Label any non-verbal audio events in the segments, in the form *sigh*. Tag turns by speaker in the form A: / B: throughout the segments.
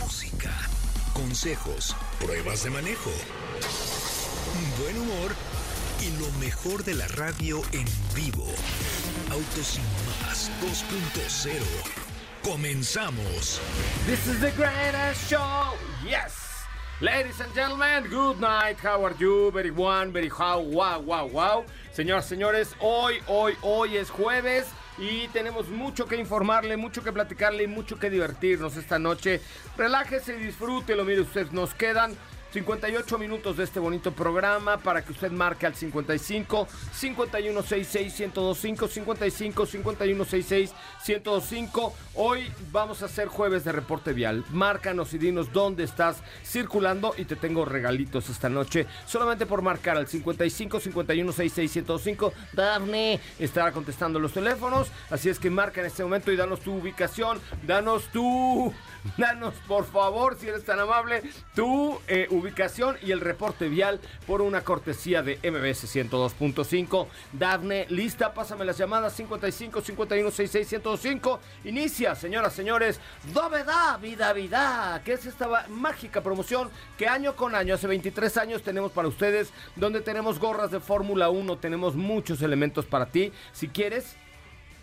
A: música, consejos, pruebas de manejo, buen humor y lo mejor de la radio en vivo. Autos sin más 2.0. Comenzamos.
B: This is the greatest show. Yes. Ladies and gentlemen, good night. How are you? Very one, very how. Wow, wow, wow. Señoras, señores, hoy, hoy, hoy es jueves. Y tenemos mucho que informarle, mucho que platicarle y mucho que divertirnos esta noche. Relájese y disfrútelo. Mire, usted nos quedan 58 minutos de este bonito programa para que usted marque al 55 51 66 1025 55 51 66 1025. Hoy vamos a hacer jueves de reporte vial. Márcanos y dinos dónde estás circulando y te tengo regalitos esta noche solamente por marcar al 55 51 66 1025. Dafne estará contestando los teléfonos, así es que marca en este momento y danos tu ubicación, danos tu danos por favor, si eres tan amable, tu eh, ubicación y el reporte vial por una cortesía de MBS 102.5. Dafne, lista, pásame las llamadas 55 51 66 105. Inicia, señoras, señores, Dovedad, vida, vida, que es esta va- mágica promoción que año con año, hace 23 años, tenemos para ustedes, donde tenemos gorras de Fórmula 1, tenemos muchos elementos para ti. Si quieres,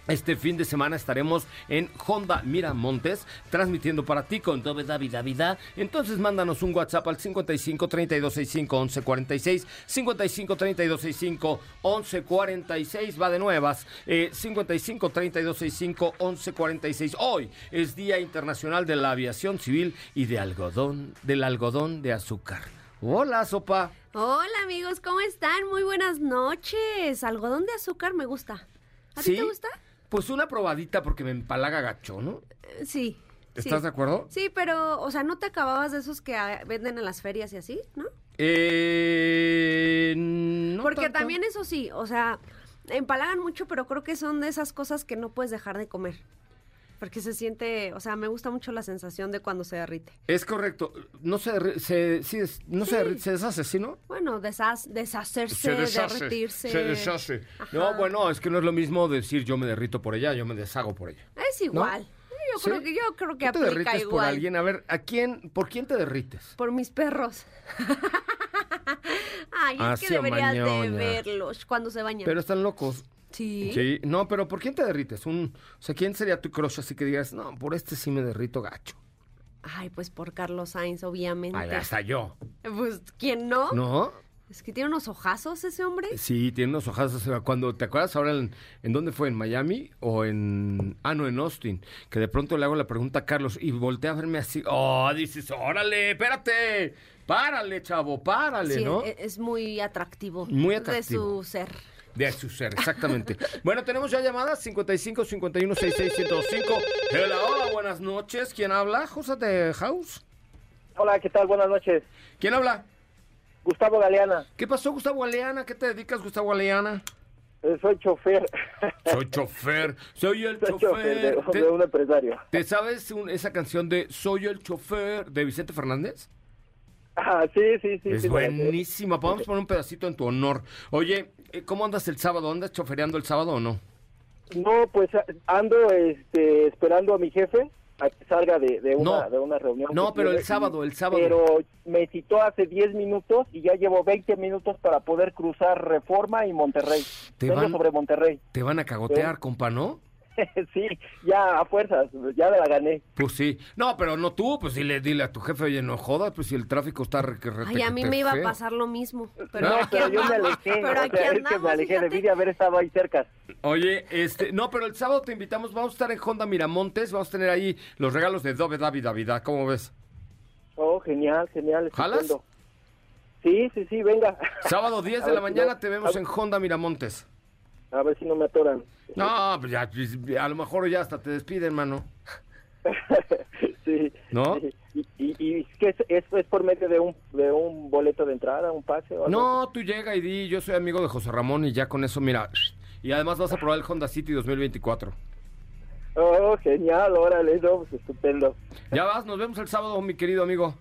B: este fin de semana estaremos en Honda Miramontes transmitiendo para ti con Doveda Vida Vida. Entonces mándanos un WhatsApp al 55 32 65 11 46 55 32 65 11 46 va de nuevas eh, 55 32 65 11 46. Hoy es Día Internacional de la Aviación Civil y de algodón del algodón de azúcar. Hola sopa.
C: Hola amigos, ¿cómo están? Muy buenas noches. Algodón de azúcar me gusta. ¿A ti
B: ¿Sí?
C: te gusta?
B: Pues una probadita porque me empalaga gacho, ¿no?
C: Eh, Sí.
B: ¿Estás
C: sí.
B: de acuerdo?
C: Sí, pero, o sea, ¿no te acababas de esos que ah, venden en las ferias y así, no?
B: Eh, no
C: Porque
B: tanto.
C: también eso sí, o sea, empalagan mucho, pero creo que son de esas cosas que no puedes dejar de comer. Porque se siente, o sea, me gusta mucho la sensación de cuando se derrite.
B: Es correcto. No se, derri- se, sí, es- no se,
C: Sí.
B: derri- se deshace, ¿sí, no?
C: Bueno, deshaz- deshacerse, derretirse. Ajá.
B: No, bueno, es que no es lo mismo decir yo me derrito por ella, yo me deshago por ella.
C: Es igual. Yo,
B: ¿Sí?
C: creo que, yo creo que
B: ¿Tú te
C: aplica
B: derrites
C: igual.
B: por alguien? A ver, ¿a quién, por quién te derrites?
C: Por mis perros. *laughs* Ay, es
B: Así
C: que deberías de
B: amañoña.
C: verlos cuando se bañan.
B: Ah, Pero están locos.
C: sí.
B: Sí. No, pero ¿por quién te derrites? Un, o sea, ¿quién sería tu crush así que digas, no, por este sí me derrito gacho?
C: Ay, pues por Carlos Sainz, obviamente.
B: Ay, hasta yo.
C: Pues, ¿quién no?
B: ¿No?
C: Es que tiene unos ojazos ese hombre.
B: Sí, tiene unos ojazos. Cuando, ¿Te acuerdas ahora en, en dónde fue? ¿En Miami o en... Ah, no, en Austin. Que de pronto le hago la pregunta a Carlos y voltea a verme así. Oh, dices, órale, espérate. Párale, chavo, párale,
C: Sí, eh,
B: ¿no?
C: es, es muy atractivo.
B: Muy atractivo.
C: De su ser.
B: De su ser, exactamente. bueno, tenemos ya llamadas 55 51 66 105. Hola, hola, buenas noches. ¿Quién habla? José de House.
D: Hola, ¿qué tal? Buenas noches.
B: ¿Quién habla?
D: Gustavo Galeana,
B: ¿Qué pasó, Gustavo Aleana? ¿Qué te dedicas, Gustavo Aleana?
D: *laughs* eh, soy chofer. *laughs*
B: Soy chofer. Soy el
D: soy chofer de,
B: chofer. Te-
D: de un empresario.
B: ¿Te sabes un- esa canción de Soy el chofer de Vicente Fernández?
D: Ah, sí, sí, sí.
B: es
D: sí, me la sé.
B: buenísima. Podemos poner un pedacito en tu honor. Oye, eh, ¿cómo andas el sábado? ¿Andas chofereando el sábado o no?
D: No, pues a- ando este, esperando a mi jefe a que salga de, de una,
B: No.
D: de una reunión.
B: No,
D: que
B: pero
D: tiene
B: el sábado, el sábado.
D: Pero me citó hace 10 minutos y ya llevo 20 minutos para poder cruzar Reforma y Monterrey.
B: Te
D: Vengo
B: van-
D: sobre Monterrey. *laughs*
B: Te van a cagotear, compa, ¿no?
D: sí, ya a fuerzas, ya me la gané.
B: Pues sí. No, pero no tú, pues dile, dile a tu jefe, oye, no jodas, pues si el tráfico está re, que re-
C: Ay, a mí
B: que
C: me iba a
B: feo.
C: pasar lo mismo. Pero
D: No,
B: Ah,
C: aquí
D: pero yo me
C: andamos,
D: alejé.
C: *laughs* pero
D: o
C: aquí
D: sea, es que me
C: andamos,
D: alejé, debí
C: fíjate.
D: de haber estado ahí cerca.
B: Oye, este, no, pero el sábado te invitamos, vamos a estar en Honda Miramontes, vamos a tener ahí los regalos de Dove David David, ¿cómo ves?
D: Oh, genial, genial.
B: ¿Jalas?
D: estupendo. Sí, sí, sí, venga. *laughs*
B: Sábado 10
D: A
B: de
D: ver
B: la
D: si
B: mañana
D: no-
B: te vemos
D: a-
B: en Honda Miramontes.
D: A ver si no me atoran. *laughs*
B: No, pues ya, pues, a lo mejor ya hasta te despiden, hermano.
D: sí.
B: ¿No?
D: sí. ¿Y, y, y es que es, es, es por medio de un, de un boleto de entrada, un pase? o algo
B: No, tú llega y di, yo soy amigo de José Ramón y ya con eso, mira. Y además vas a probar el Honda City 2024.
D: así? Oh, genial, órale, no, pues estupendo.
B: Ya vas, nos vemos el sábado, mi querido amigo.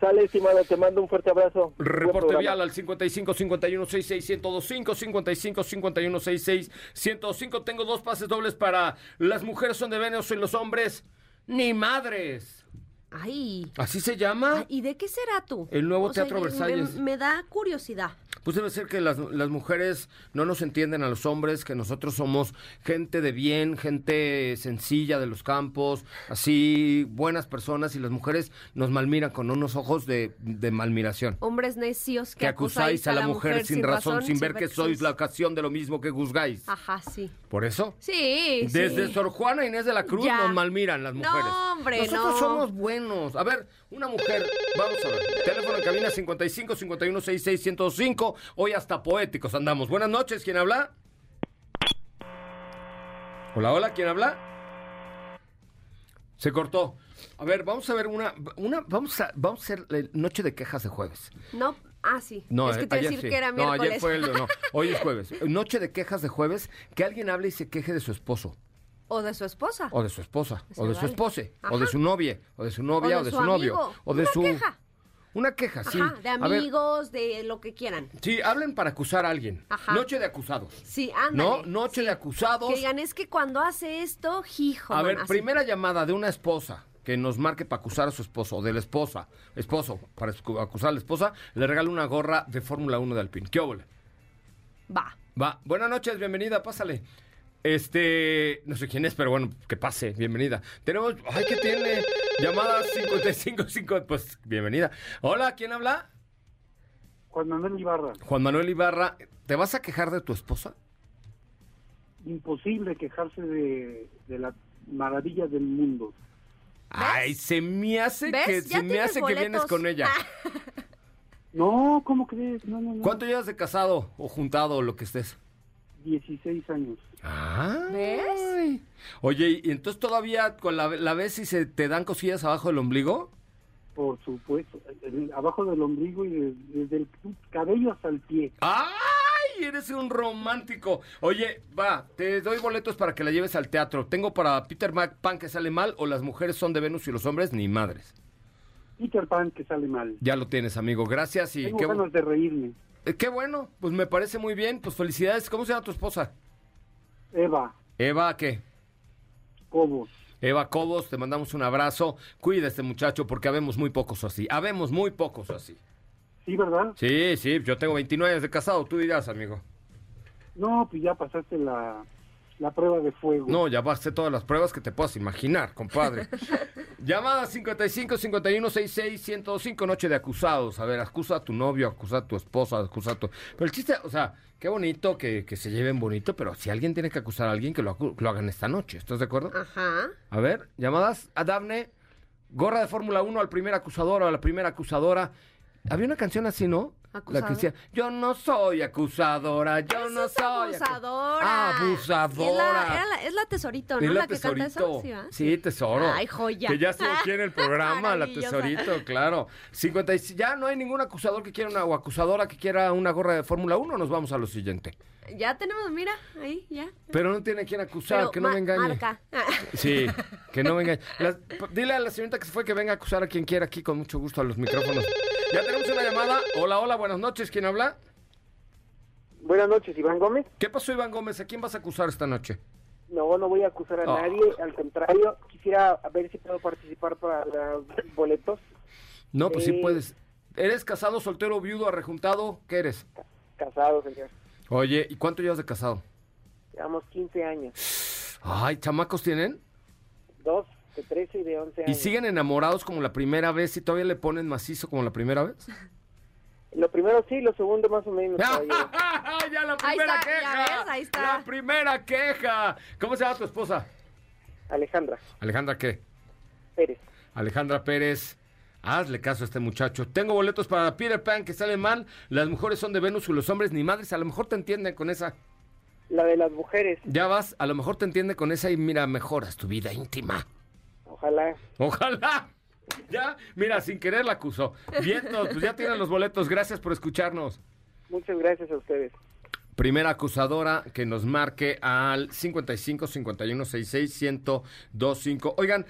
D: Sale, estimado, te mando un fuerte abrazo. Buen
B: Reporte
D: programa.
B: vial al 55 51 66 105 55 51 66 105. Tengo dos pases dobles para las mujeres son de Venus y los hombres ni madres.
C: Ay.
B: ¿Así se llama?
C: Ah, ¿Y de qué será tú?
B: El nuevo Teatro
C: me-
B: Versalles.
C: Me, da curiosidad.
B: Pues debe ser que las, las mujeres no nos entienden a los hombres, que nosotros somos gente de bien, gente sencilla de los campos, así buenas personas y las mujeres nos malmiran con unos ojos de, de malmiración.
C: Hombres necios que,
B: Que acusáis a la mujer sin razón, sin ver que sois Ah. la ocasión de lo mismo que juzgáis.
C: Ajá, sí.
B: Por eso,
C: Sí,
B: desde
C: sí.
B: Sor Juana Inés de la Cruz
C: Ya.
B: nos malmiran las
C: No,
B: mujeres.
C: hombre,
B: Nosotros
C: no.
B: somos buenos. A ver, una mujer, vamos a ver. Teléfono en cabina 55 51 66 105. Hoy hasta poéticos andamos. Buenas noches, ¿quién habla? Hola, hola, ¿quién habla? Se cortó. A ver, vamos a ver una, una vamos a vamos a hacer la noche de quejas de jueves.
C: No, ah, sí.
B: No,
C: es que
B: eh,
C: te iba a
B: ayer
C: decir
B: sí.
C: que era
B: No,
C: miércoles.
B: ayer fue el, no, hoy es jueves. Noche de quejas de jueves, que alguien hable y se queje de su esposo.
C: O de su esposa.
B: O de su esposa,
C: Pues
B: o de
C: se
B: su
C: vale.
B: espose, o
C: Ajá.
B: de su novia, o de su novia, o de, su, novio,
C: amigo.
B: o de
C: Una
B: su...
C: queja.
B: Una queja, sí.
C: Ajá, de
B: A ver,
C: amigos, de lo que quieran.
B: sí, hablen para acusar a alguien.
C: Ajá.
B: Noche de acusados.
C: Sí, ándale.
B: ¿No? Noche de acusados.
C: Que digan, es que cuando hace esto, hijo.
B: a
C: man,
B: ver,
C: así.
B: primera llamada de una esposa que nos marque para acusar a su esposo, o de la esposa, esposo, para escu- acusar a la esposa, le regalo una gorra de Fórmula 1 de Alpine. ¿Qué óvole?
C: Va.
B: Va, buenas noches, bienvenida, pásale. Este, no sé quién es, pero bueno, que pase, bienvenida. Tenemos, ay, que tiene? Llamada 555, pues bienvenida. Hola, ¿quién habla?
E: Juan Manuel Ibarra,
B: Juan Manuel Ibarra, ¿te vas a quejar de tu esposa?
E: imposible quejarse de, de la maravilla del mundo.
B: Ay, se me hace
C: ¿Ves?
B: que
C: Ya
B: se me
C: tienes
B: hace que vienes
C: boletos. Ah.
B: con ella.
E: No, ¿cómo crees? No, no, no.
B: ¿Cuánto llevas de casado o juntado o lo que estés?
E: 16 años.
B: Ah.
C: ¿Ves?
B: Oye, ¿y entonces todavía con la, la ves y se te dan cosillas abajo del ombligo?
E: Por supuesto, en- abajo del ombligo y de- desde el cabello hasta el pie.
B: ¡Ay! Eres un romántico. Oye, va, te doy boletos para que la lleves al teatro. Tengo para Peter Mac- Pan que sale mal o las mujeres son de Venus y los hombres ni madres.
E: Peter Pan que sale mal.
B: Ya lo tienes, amigo. Gracias y
E: Tengo
B: qué,
E: ganas de reírme.
B: eh, qué bueno. Pues me parece muy bien. Pues felicidades. ¿Cómo se llama tu esposa?
E: Eva,
B: Eva, ¿qué?
E: Cobos.
B: Eva Cobos, te mandamos un abrazo. Cuida a este muchacho porque habemos muy pocos así. Habemos muy pocos así.
E: ¿Sí, verdad?
B: Sí, sí, yo tengo 29 años de casado, tú dirás, amigo.
E: No, pues ya pasaste la, la prueba de fuego.
B: No, ya basté todas las pruebas que te puedas imaginar,
C: *laughs*
B: compadre. Llamada 55 51 66 105 Noche de acusados. A ver, acusa a tu novio, acusa a tu esposa, acusa a tu. Pero el chiste, o sea, qué bonito que, que se lleven bonito, pero si alguien tiene que acusar a alguien, que lo, acu- lo hagan esta noche. ¿Estás de acuerdo?
C: Ajá.
B: A ver, llamadas a Dafne. Gorra de Fórmula 1 al primer acusador o a la primera acusadora. Había una canción así, ¿no? La
C: ¿Acusador?
B: que decía, yo no soy acusadora, yo
C: Esa
B: no
C: es
B: soy. acu-".
C: abusadora.
B: Abusadora.
C: Es la, era la- es la tesorito, ¿no?
B: Es
C: que canta eso.
B: Tesorito.
C: ¿verdad?
B: Sí, tesoro.
C: Ay, joya.
B: Que ya estuvo aquí en el
C: *laughs*
B: programa, la
C: Maravillosa.
B: tesorito, claro. 50 y- ya no hay ningún acusador que quiera una o acusadora que quiera una gorra de Fórmula 1, nos vamos a lo siguiente.
C: Ya tenemos, mira, ahí, ya.
B: Pero no tiene quien acusar,
C: Pero
B: que no
C: ma-
B: me engañe.
C: Marca. *laughs*
B: Sí, que no me engañe. Las- p- dile a la señorita que se fue que venga a acusar a quien quiera aquí con mucho gusto a los micrófonos. Ya tenemos una llamada. Hola, hola, buenas noches. ¿Quién habla?
D: Buenas noches, Iván Gómez.
B: ¿Qué pasó, Iván Gómez? ¿A quién vas a acusar esta noche?
D: No, no voy a acusar a
B: Oh.
D: nadie, al contrario, quisiera ver si puedo participar para los boletos.
B: No, pues sí
D: Eh.
B: puedes. ¿Eres casado, soltero, viudo, arrejuntado? ¿Qué eres?
D: Casado, señor.
B: Oye, ¿y cuánto llevas de casado?
D: Llevamos 15 años.
B: Ay, chamacos tienen.
F: Dos, de 13 y de 11
B: ¿Y
F: años.
B: siguen enamorados como la primera vez y todavía le ponen macizo como la primera vez?
F: Lo primero sí, lo segundo más o menos. caballero.
B: *laughs* ya la
C: Ahí
B: primera
C: está, ya
B: queja.
C: ves, ahí está.
B: La primera queja. ¿Cómo se llama tu esposa?
F: Alejandra
B: Alejandra qué?
F: Pérez.
B: Alejandra Pérez. Hazle caso a este muchacho. Tengo boletos para Peter Pan que sale mal. Las mujeres son de Venus y los hombres ni madres. A lo mejor te entienden con esa.
F: La de las mujeres,
B: Ya vas, a lo mejor te entienden con esa y mira, mejoras tu vida íntima.
F: ojalá.
B: Ojalá. Ya, mira, sin querer la acusó. Bien, pues ya tienen los boletos. Gracias por escucharnos.
F: Muchas gracias a ustedes.
B: Primera acusadora que nos marque al 55 51 66 1025. Oigan,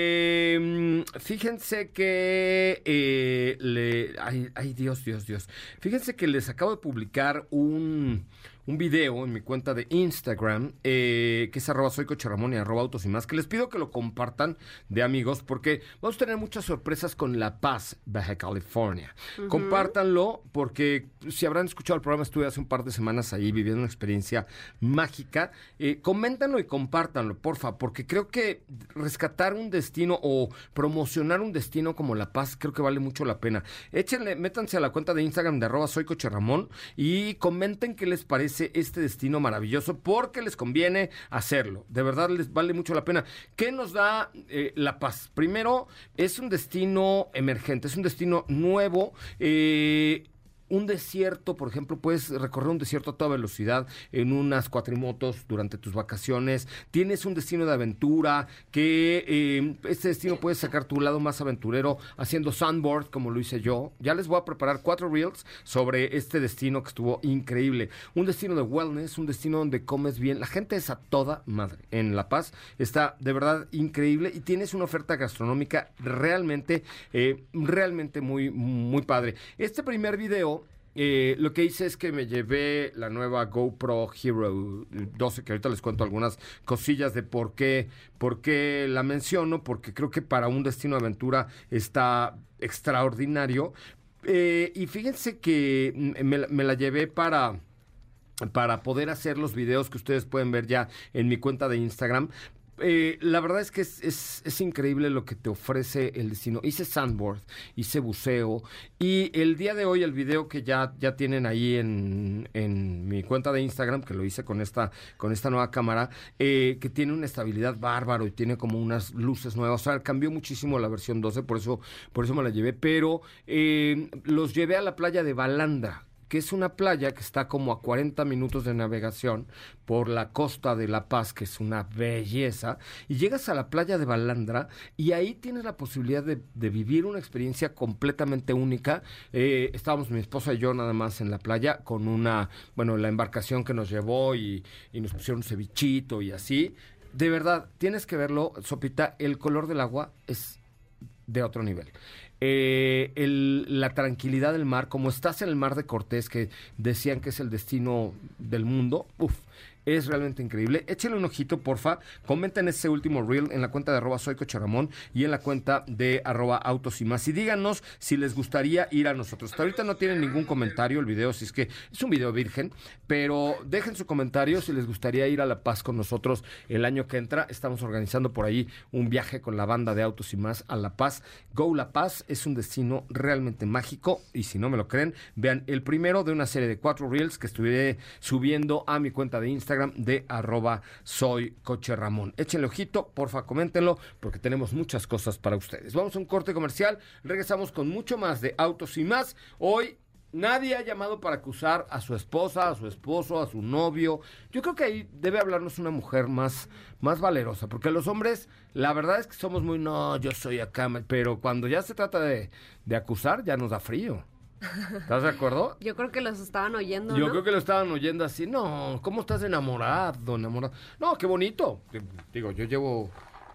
B: eh, fíjense que eh, le. Ay, ay, Dios, Dios, Dios. Fíjense que les acabo de publicar un, un video en mi cuenta de Instagram, eh, que es arroba soy Coche Ramón y arroba autos y más, que les pido que lo compartan de amigos, porque vamos a tener muchas sorpresas con La Paz, Baja California. Compártanlo, porque si habrán escuchado el programa, estuve hace un par de semanas ahí viviendo una experiencia mágica. Eh, coméntanlo y compártanlo, porfa, porque creo que rescatar un destino o promocionar un destino como La Paz creo que vale mucho la pena. Échenle, métanse a la cuenta de Instagram de arroba soy Coche Ramón y comenten qué les parece este destino maravilloso, porque les conviene hacerlo. De verdad les vale mucho la pena. ¿Qué nos da eh, La Paz? Primero, es un destino emergente, es un destino nuevo. eh, un desierto, por ejemplo, puedes recorrer un desierto a toda velocidad en unas cuatrimotos durante tus vacaciones. Tienes un destino de aventura que eh, este destino puedes sacar tu lado más aventurero haciendo sandboard como lo hice yo. Ya les voy a preparar cuatro reels sobre este destino que estuvo increíble. Un destino de wellness, un destino donde comes bien. La gente es a toda madre en La Paz. Está de verdad increíble y tienes una oferta gastronómica realmente, eh, realmente muy, muy padre. Este primer video, eh, lo que hice es que me llevé la nueva GoPro Hero 12, que ahorita les cuento algunas cosillas de por qué, por qué la menciono, porque creo que para un destino de aventura está extraordinario. Eh, y fíjense que mm, me la- me la llevé para para poder hacer los videos que ustedes pueden ver ya en mi cuenta de Instagram. Eh, la verdad es que es, es- es increíble lo que te ofrece el destino. Hice sandboard, hice buceo y el día de hoy el video que ya, ya tienen ahí en, en mi cuenta de Instagram, que lo hice con esta, con esta nueva cámara, eh, que tiene una estabilidad bárbaro y tiene como unas luces nuevas. O sea, cambió muchísimo la versión 12, por eso, por eso me la llevé. Pero eh, los llevé a la playa de Balandra, que es una playa que está como a 40 minutos de navegación por la costa de La Paz, que es una belleza, y llegas a la playa de Balandra y ahí tienes la posibilidad de, de vivir una experiencia completamente única. Eh, estábamos mi esposa y yo nada más en la playa con una, bueno, la embarcación que nos llevó y, y nos pusieron cevichito y así. De verdad, tienes que verlo, Sopita, el color del agua es de otro nivel. Eh, el- la tranquilidad del mar, como estás en el mar de Cortés, que decían que es el destino del mundo, uf, es realmente increíble. Échenle un ojito, porfa. Comenten ese último reel en la cuenta de arroba soy Cocharamón y en la cuenta de arroba autos y más. Y díganos si les gustaría ir a nosotros. Hasta ahorita no tienen ningún comentario el video, si es que es un video virgen, pero dejen su comentario si les gustaría ir a La Paz con nosotros el año que entra. Estamos organizando por ahí un viaje con la banda de autos y más a La Paz. Go La Paz es un destino realmente mágico y si no me lo creen, vean el primero de una serie de cuatro reels que estuve subiendo a mi cuenta de Instagram de arroba soy coche Ramón. Échenle ojito, porfa, coméntenlo porque tenemos muchas cosas para ustedes. Vamos a un corte comercial, regresamos con mucho más de autos y más. Hoy Nadie ha llamado para acusar a su esposa, a su esposo, a su novio. Yo creo que ahí debe hablarnos una mujer más, más valerosa, porque los hombres, la verdad es que somos muy, no, yo soy acá, me-", pero cuando ya se trata de, de acusar, ya nos da frío. ¿Estás de acuerdo?
C: Yo creo que los estaban oyendo,
B: Yo
C: *laughs* ¿no?
B: creo que lo estaban oyendo así, no, ¿cómo estás enamorado, enamorado? No, qué bonito. Digo, yo llevo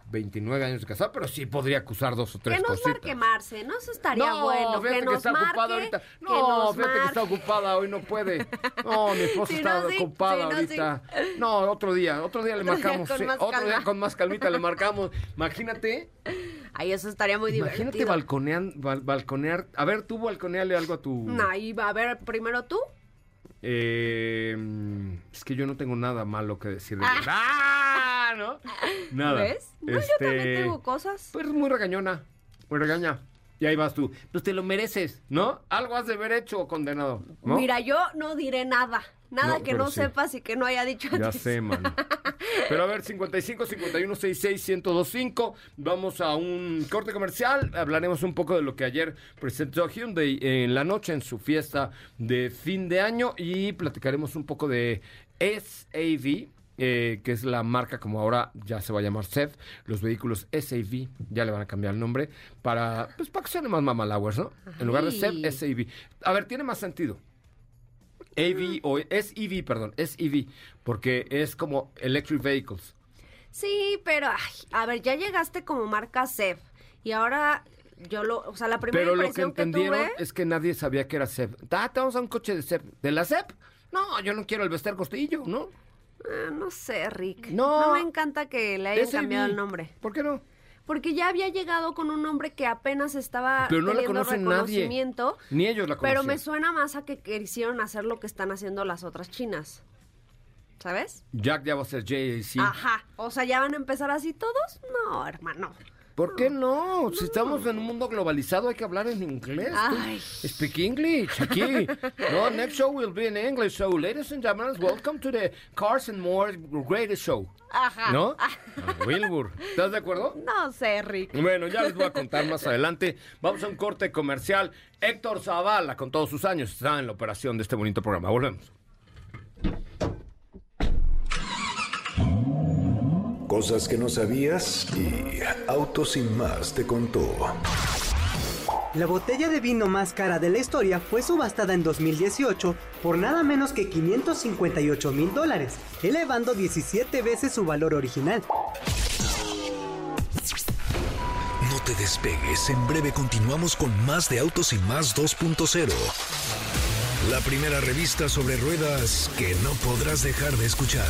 B: 29 años de casado, pero sí podría acusar dos o
C: Que
B: tres
C: nos
B: cositas.
C: marque Marce, no, eso estaría bueno.
B: fíjate
C: Que
B: que,
C: nos
B: está ocupada
C: marque,
B: ahorita.
C: que
B: No,
C: nos
B: fíjate que está
C: marque.
B: ocupada, hoy no puede. No, mi esposa
C: *laughs* Si
B: está
C: no, sí,
B: ocupada
C: si no, sí.
B: ahorita. No, otro día, otro día le
C: Otro día
B: marcamos.
C: con
B: sí,
C: más
B: otro día
C: calma.
B: con más calmita le marcamos. Imagínate,
C: Ay, eso estaría muy
B: imagínate
C: divertido.
B: balconean, bal- balconear. A ver, tú balconeale algo a tu.
C: No, y va a ver, primero tú.
B: Eh, es que yo no tengo nada malo que decir de Belinda. ¡Ah!
C: *laughs*
B: ¿No? Nada.
C: ¿Ves? No, yo también
B: Este,
C: tengo cosas.
B: Pues muy regañona. Muy regaña. Y ahí vas tú. Pues te lo mereces, ¿no? Algo has de haber hecho, condenado. ¿no?
C: Mira, yo no diré nada. Nada
B: No,
C: que
B: pero
C: no
B: sí.
C: sepas y que no haya dicho
B: Ya
C: antes.
B: sé, mano. Pero a ver, 55 51 66 1025. Vamos a un corte comercial. Hablaremos un poco de lo que ayer presentó Hyundai en la noche en su fiesta de fin de año y platicaremos un poco de SAV. eh, que es la marca como ahora ya se va a llamar SEV, los vehículos SAV, ya le van a cambiar el nombre, para, pues, para que suene más mamalowers, ¿no? En lugar de SEV,
C: Ay.
B: SAV. A ver, tiene más sentido. AV o es EV, perdón, es EV, porque es como electric vehicles.
C: Sí, pero ay, a ver, ya llegaste como marca CEF y ahora yo lo, o sea, la primera
B: Pero lo que
C: impresión
B: entendieron
C: tuve,
B: es que nadie sabía que era SEP. Ah, te vamos a un coche de SEP. ¿De la SEP? No, yo no quiero el Vester Costillo, ¿no?
C: ah, no sé, Rick.
B: No.
C: me encanta que le hayan
B: Es EV.
C: cambiado el nombre,
B: ¿Por qué no?
C: porque ya había llegado con un nombre que apenas estaba
B: Pero no la
C: teniendo
B: conoce nadie.
C: Ah, reconocimiento.
B: Ni ellos la
C: Pero
B: conocen.
C: me suena más a que quisieron hacer lo que están haciendo las otras chinas. ¿Sabes?
B: Jack ya va a ser JAC.
C: Ajá. O sea, ¿ya van a empezar así todos? No, hermano.
B: ¿Por qué no? Si estamos en un mundo globalizado hay que hablar en inglés. tú.
C: Ay.
B: Speak English
C: *laughs*
B: aquí. No, next show will be in English. So, ladies and gentlemen, welcome to the Cars and More greatest show.
C: Ajá.
B: ¿No? Ah, Wilbur, ¿estás de acuerdo?
C: No sé, Rick.
B: Bueno, ya les voy a contar más adelante. Vamos a un corte comercial. Héctor Zavala, con todos sus años, está en la operación de este bonito programa. Volvemos.
A: Cosas que no sabías y Autos sin más te contó.
G: La botella de vino más cara de la historia fue subastada en 2018 por nada menos que 558 mil dólares, elevando 17 veces su valor original.
A: No te despegues, en breve continuamos con más de Autos y más 2.0. La primera revista sobre ruedas que no podrás dejar de escuchar.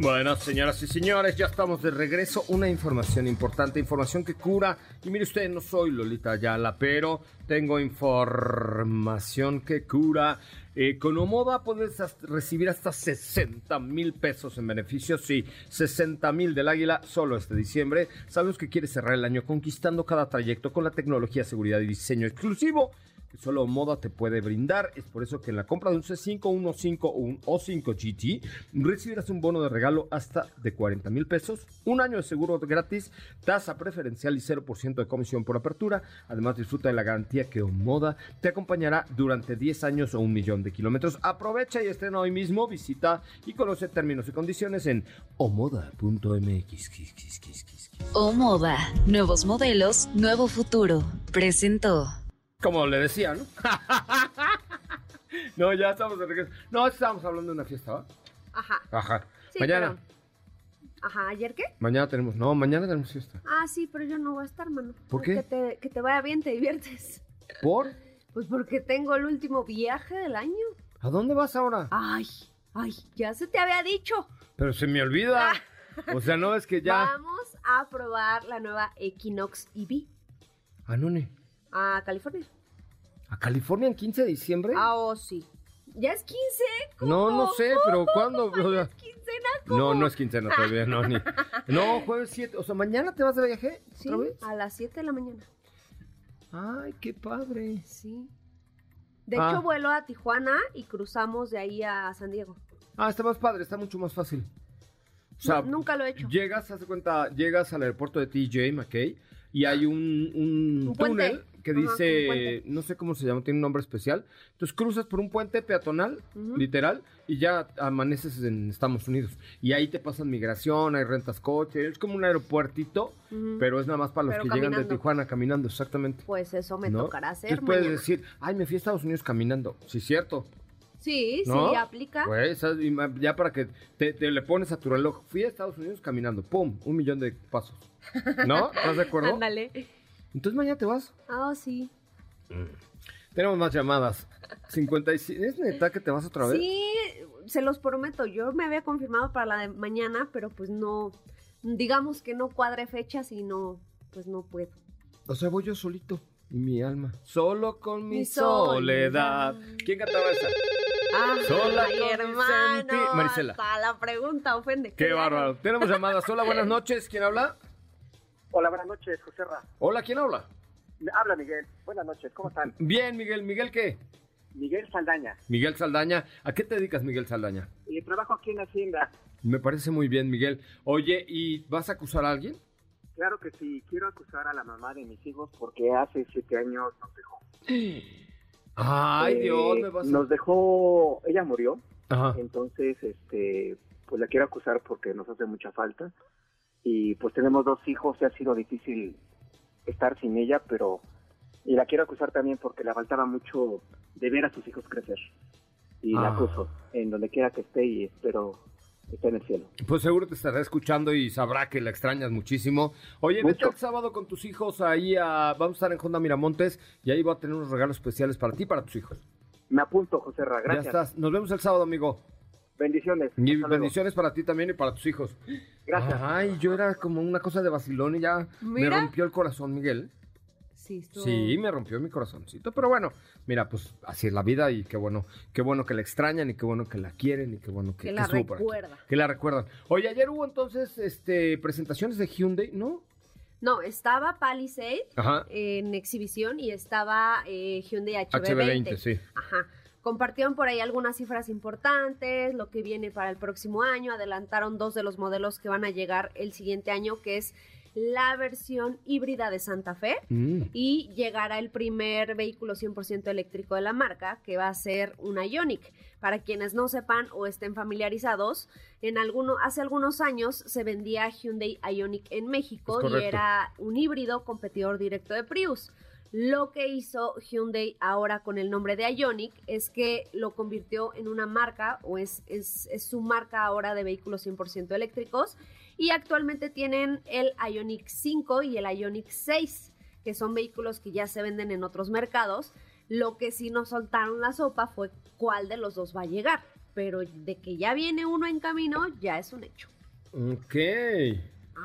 B: Bueno, señoras y señores, ya estamos de regreso. Una información importante, información que cura. Y mire usted, no soy Lolita Ayala, pero tengo información que cura. Eh, con Omoda puedes hasta- recibir hasta 60 mil pesos en beneficios. Sí, 60 mil del Águila solo este diciembre. Sabemos que quieres cerrar el año conquistando cada trayecto con la tecnología, seguridad y diseño exclusivo que solo Moda te puede brindar. Es por eso que en la compra de un C5, un O5 o un O5 GT recibirás un bono de regalo hasta de 40 mil pesos, un año de seguro gratis, tasa preferencial y 0% de comisión por apertura. Además, disfruta de la garantía que Moda te acompañará durante 10 años o un millón de kilómetros. Aprovecha y estrena hoy mismo, visita y conoce términos y condiciones en omoda.mx.
H: O Moda, nuevos modelos, nuevo futuro. Presentó.
B: Como le decía, ¿no? *laughs* no, ya estamos de regreso. No, estábamos hablando de una fiesta, ¿va?
C: Ajá.
B: Ajá.
C: Sí,
B: mañana.
C: pero- Ajá, ¿ayer qué?
B: Mañana tenemos. No, mañana tenemos fiesta.
C: Ah, sí, pero yo no voy a estar, mano.
B: ¿Por qué?
C: Que te, que te vaya bien, te diviertes.
B: ¿Por?
C: Pues porque tengo el último viaje del año.
B: ¿A dónde vas ahora?
C: Ay, ay, ya se te había dicho.
B: Pero se me olvida. O sea, no es que ya.
C: Vamos a probar la nueva Equinox EV
B: Anone.
C: a California.
B: Ah, ¿A California en 15 de diciembre?
C: Ah, oh, sí. ¿Ya es 15? ¿Cómo?
B: No, no sé,
C: *laughs*
B: pero ¿cuándo?
C: ¿Cómo? ¿Ya es
B: O sea,
C: quincena? ¿Cómo?
B: No, no es quincena todavía, no, ni. No, jueves 7. O sea, mañana te vas de viaje otra
C: Sí,
B: vez.
C: a las 7 de la mañana.
B: Ay, qué padre.
C: Sí. De
B: Ah.
C: hecho, vuelo a Tijuana y cruzamos de ahí a San Diego.
B: Ah, está más padre, está mucho más fácil. O sea,
C: No, nunca lo he hecho.
B: Llegas, haz de cuenta, llegas al aeropuerto de TJ McKay y hay un, un
C: Un puente.
B: túnel que
C: Ajá, un
B: dice,
C: puente.
B: no sé cómo se llama, tiene un nombre especial. Entonces cruzas por un puente peatonal,
C: Ujú.
B: literal, y ya amaneces en Estados Unidos. Y ahí te pasan migración, ahí rentas coches, es como un aeropuertito,
C: Ujú.
B: pero es nada más para los
C: Pero
B: que llegan de
C: caminando.
B: Tijuana caminando, exactamente.
C: Pues eso me
B: ¿no?
C: tocará hacer
B: Entonces puedes
C: mañana.
B: decir, ay, me fui a Estados Unidos caminando. Sí, cierto.
C: Sí,
B: ¿No?
C: sí, aplica.
B: Güey, esas- y ma- ya para que te, te le pones a tu reloj. Fui a Estados Unidos caminando, pum, un millón de pasos. ¿No? ¿Estás de acuerdo?
C: *laughs* Ándale.
B: Entonces mañana te vas.
C: Ah, sí.
B: Tenemos más llamadas. 57. ¿Es neta que te vas otra vez?
C: Sí, se los prometo. Yo me había confirmado para la de mañana, pero pues no, digamos que no cuadre fechas y no, pues no puedo.
B: O sea, voy yo solito. Y mi alma. Solo con mi,
C: Mi
B: soledad.
C: soledad.
B: ¿Quién cantaba esa?
C: Ah,
B: Sola
C: ay,
B: con mi senti-
C: hermano.
B: Marisela.
C: hasta la pregunta ofende.
B: Qué
C: Claro.
B: bárbaro. Tenemos llamadas. Hola,
C: *laughs*
B: buenas noches. ¿Quién habla?
F: Hola, buenas noches, José Ra.
B: Hola, ¿quién habla?
F: Habla Miguel. Buenas noches, ¿cómo están?
B: Bien, Miguel. ¿Miguel qué?
F: Miguel Saldaña.
B: Miguel Saldaña. ¿A qué te dedicas, Miguel Saldaña?
F: Y trabajo aquí en Hacienda.
B: Me parece muy bien, Miguel. Oye, ¿y vas a acusar
F: *gasps*
B: a alguien?
F: Claro que sí, quiero acusar a la mamá de mis hijos porque hace siete años nos dejó.
B: Ay,
F: Eh,
B: Dios, me vas a...
F: Nos dejó, ella murió,
B: Ajá.
F: entonces, este, pues la quiero acusar porque nos hace mucha falta. Y pues tenemos dos hijos y ha sido difícil estar sin ella, pero... Y la quiero acusar también porque le faltaba mucho de ver a sus hijos crecer. Y
B: Ah.
F: la acuso en donde quiera que esté y espero esté en el cielo.
B: Pues seguro te estará escuchando y sabrá que la extrañas muchísimo. Oye, vete
F: Mucho.
B: el sábado con tus hijos ahí a... Vamos a estar en Honda Miramontes y ahí va a tener unos regalos especiales para ti y para tus hijos.
F: Me apunto, José Ra, gracias.
B: Ya estás. Nos vemos el sábado, amigo.
F: Bendiciones.
B: Y
F: Hasta luego.
B: bendiciones para ti también y para tus hijos.
F: Gracias.
B: Ay, yo era como una cosa de vacilón y ya me
C: Mira.
B: rompió el corazón, Miguel.
C: Sí, estuvo-
B: Sí, me rompió mi corazoncito, pero bueno, mira, pues así es la vida y qué bueno, qué bueno que la extrañan y qué bueno que la quieren y qué bueno que,
C: Que la
B: estuvo por aquí.
C: recuerda.
B: Que la recuerdan. Oye, ayer hubo entonces este presentaciones de Hyundai, ¿no?
C: No, estaba Palisade
B: Ajá.
C: en exhibición y estaba eh, Hyundai
B: HB20,
C: HB20.
B: sí.
C: Ajá. Compartieron por ahí algunas cifras importantes, lo que viene para el próximo año, adelantaron dos de los modelos que van a llegar el siguiente año, que es la versión híbrida de Santa Fe
B: Mm.
C: y llegará el primer vehículo 100% eléctrico de la marca, que va a ser una Ionic. Para quienes no sepan o estén familiarizados, en alguno, hace algunos años se vendía Hyundai Ionic en México
B: Es
C: y
B: correcto.
C: era un híbrido competidor directo de Prius. Lo que hizo Hyundai ahora con el nombre de Ionic es que lo convirtió en una marca o es, es- es su marca ahora de vehículos 100% eléctricos y actualmente tienen el Ionic 5 y el Ionic 6, que son vehículos que ya se venden en otros mercados. Lo que sí nos soltaron la sopa fue cuál de los dos va a llegar, pero de que ya viene uno en camino ya es un hecho.
B: Mm, Ok.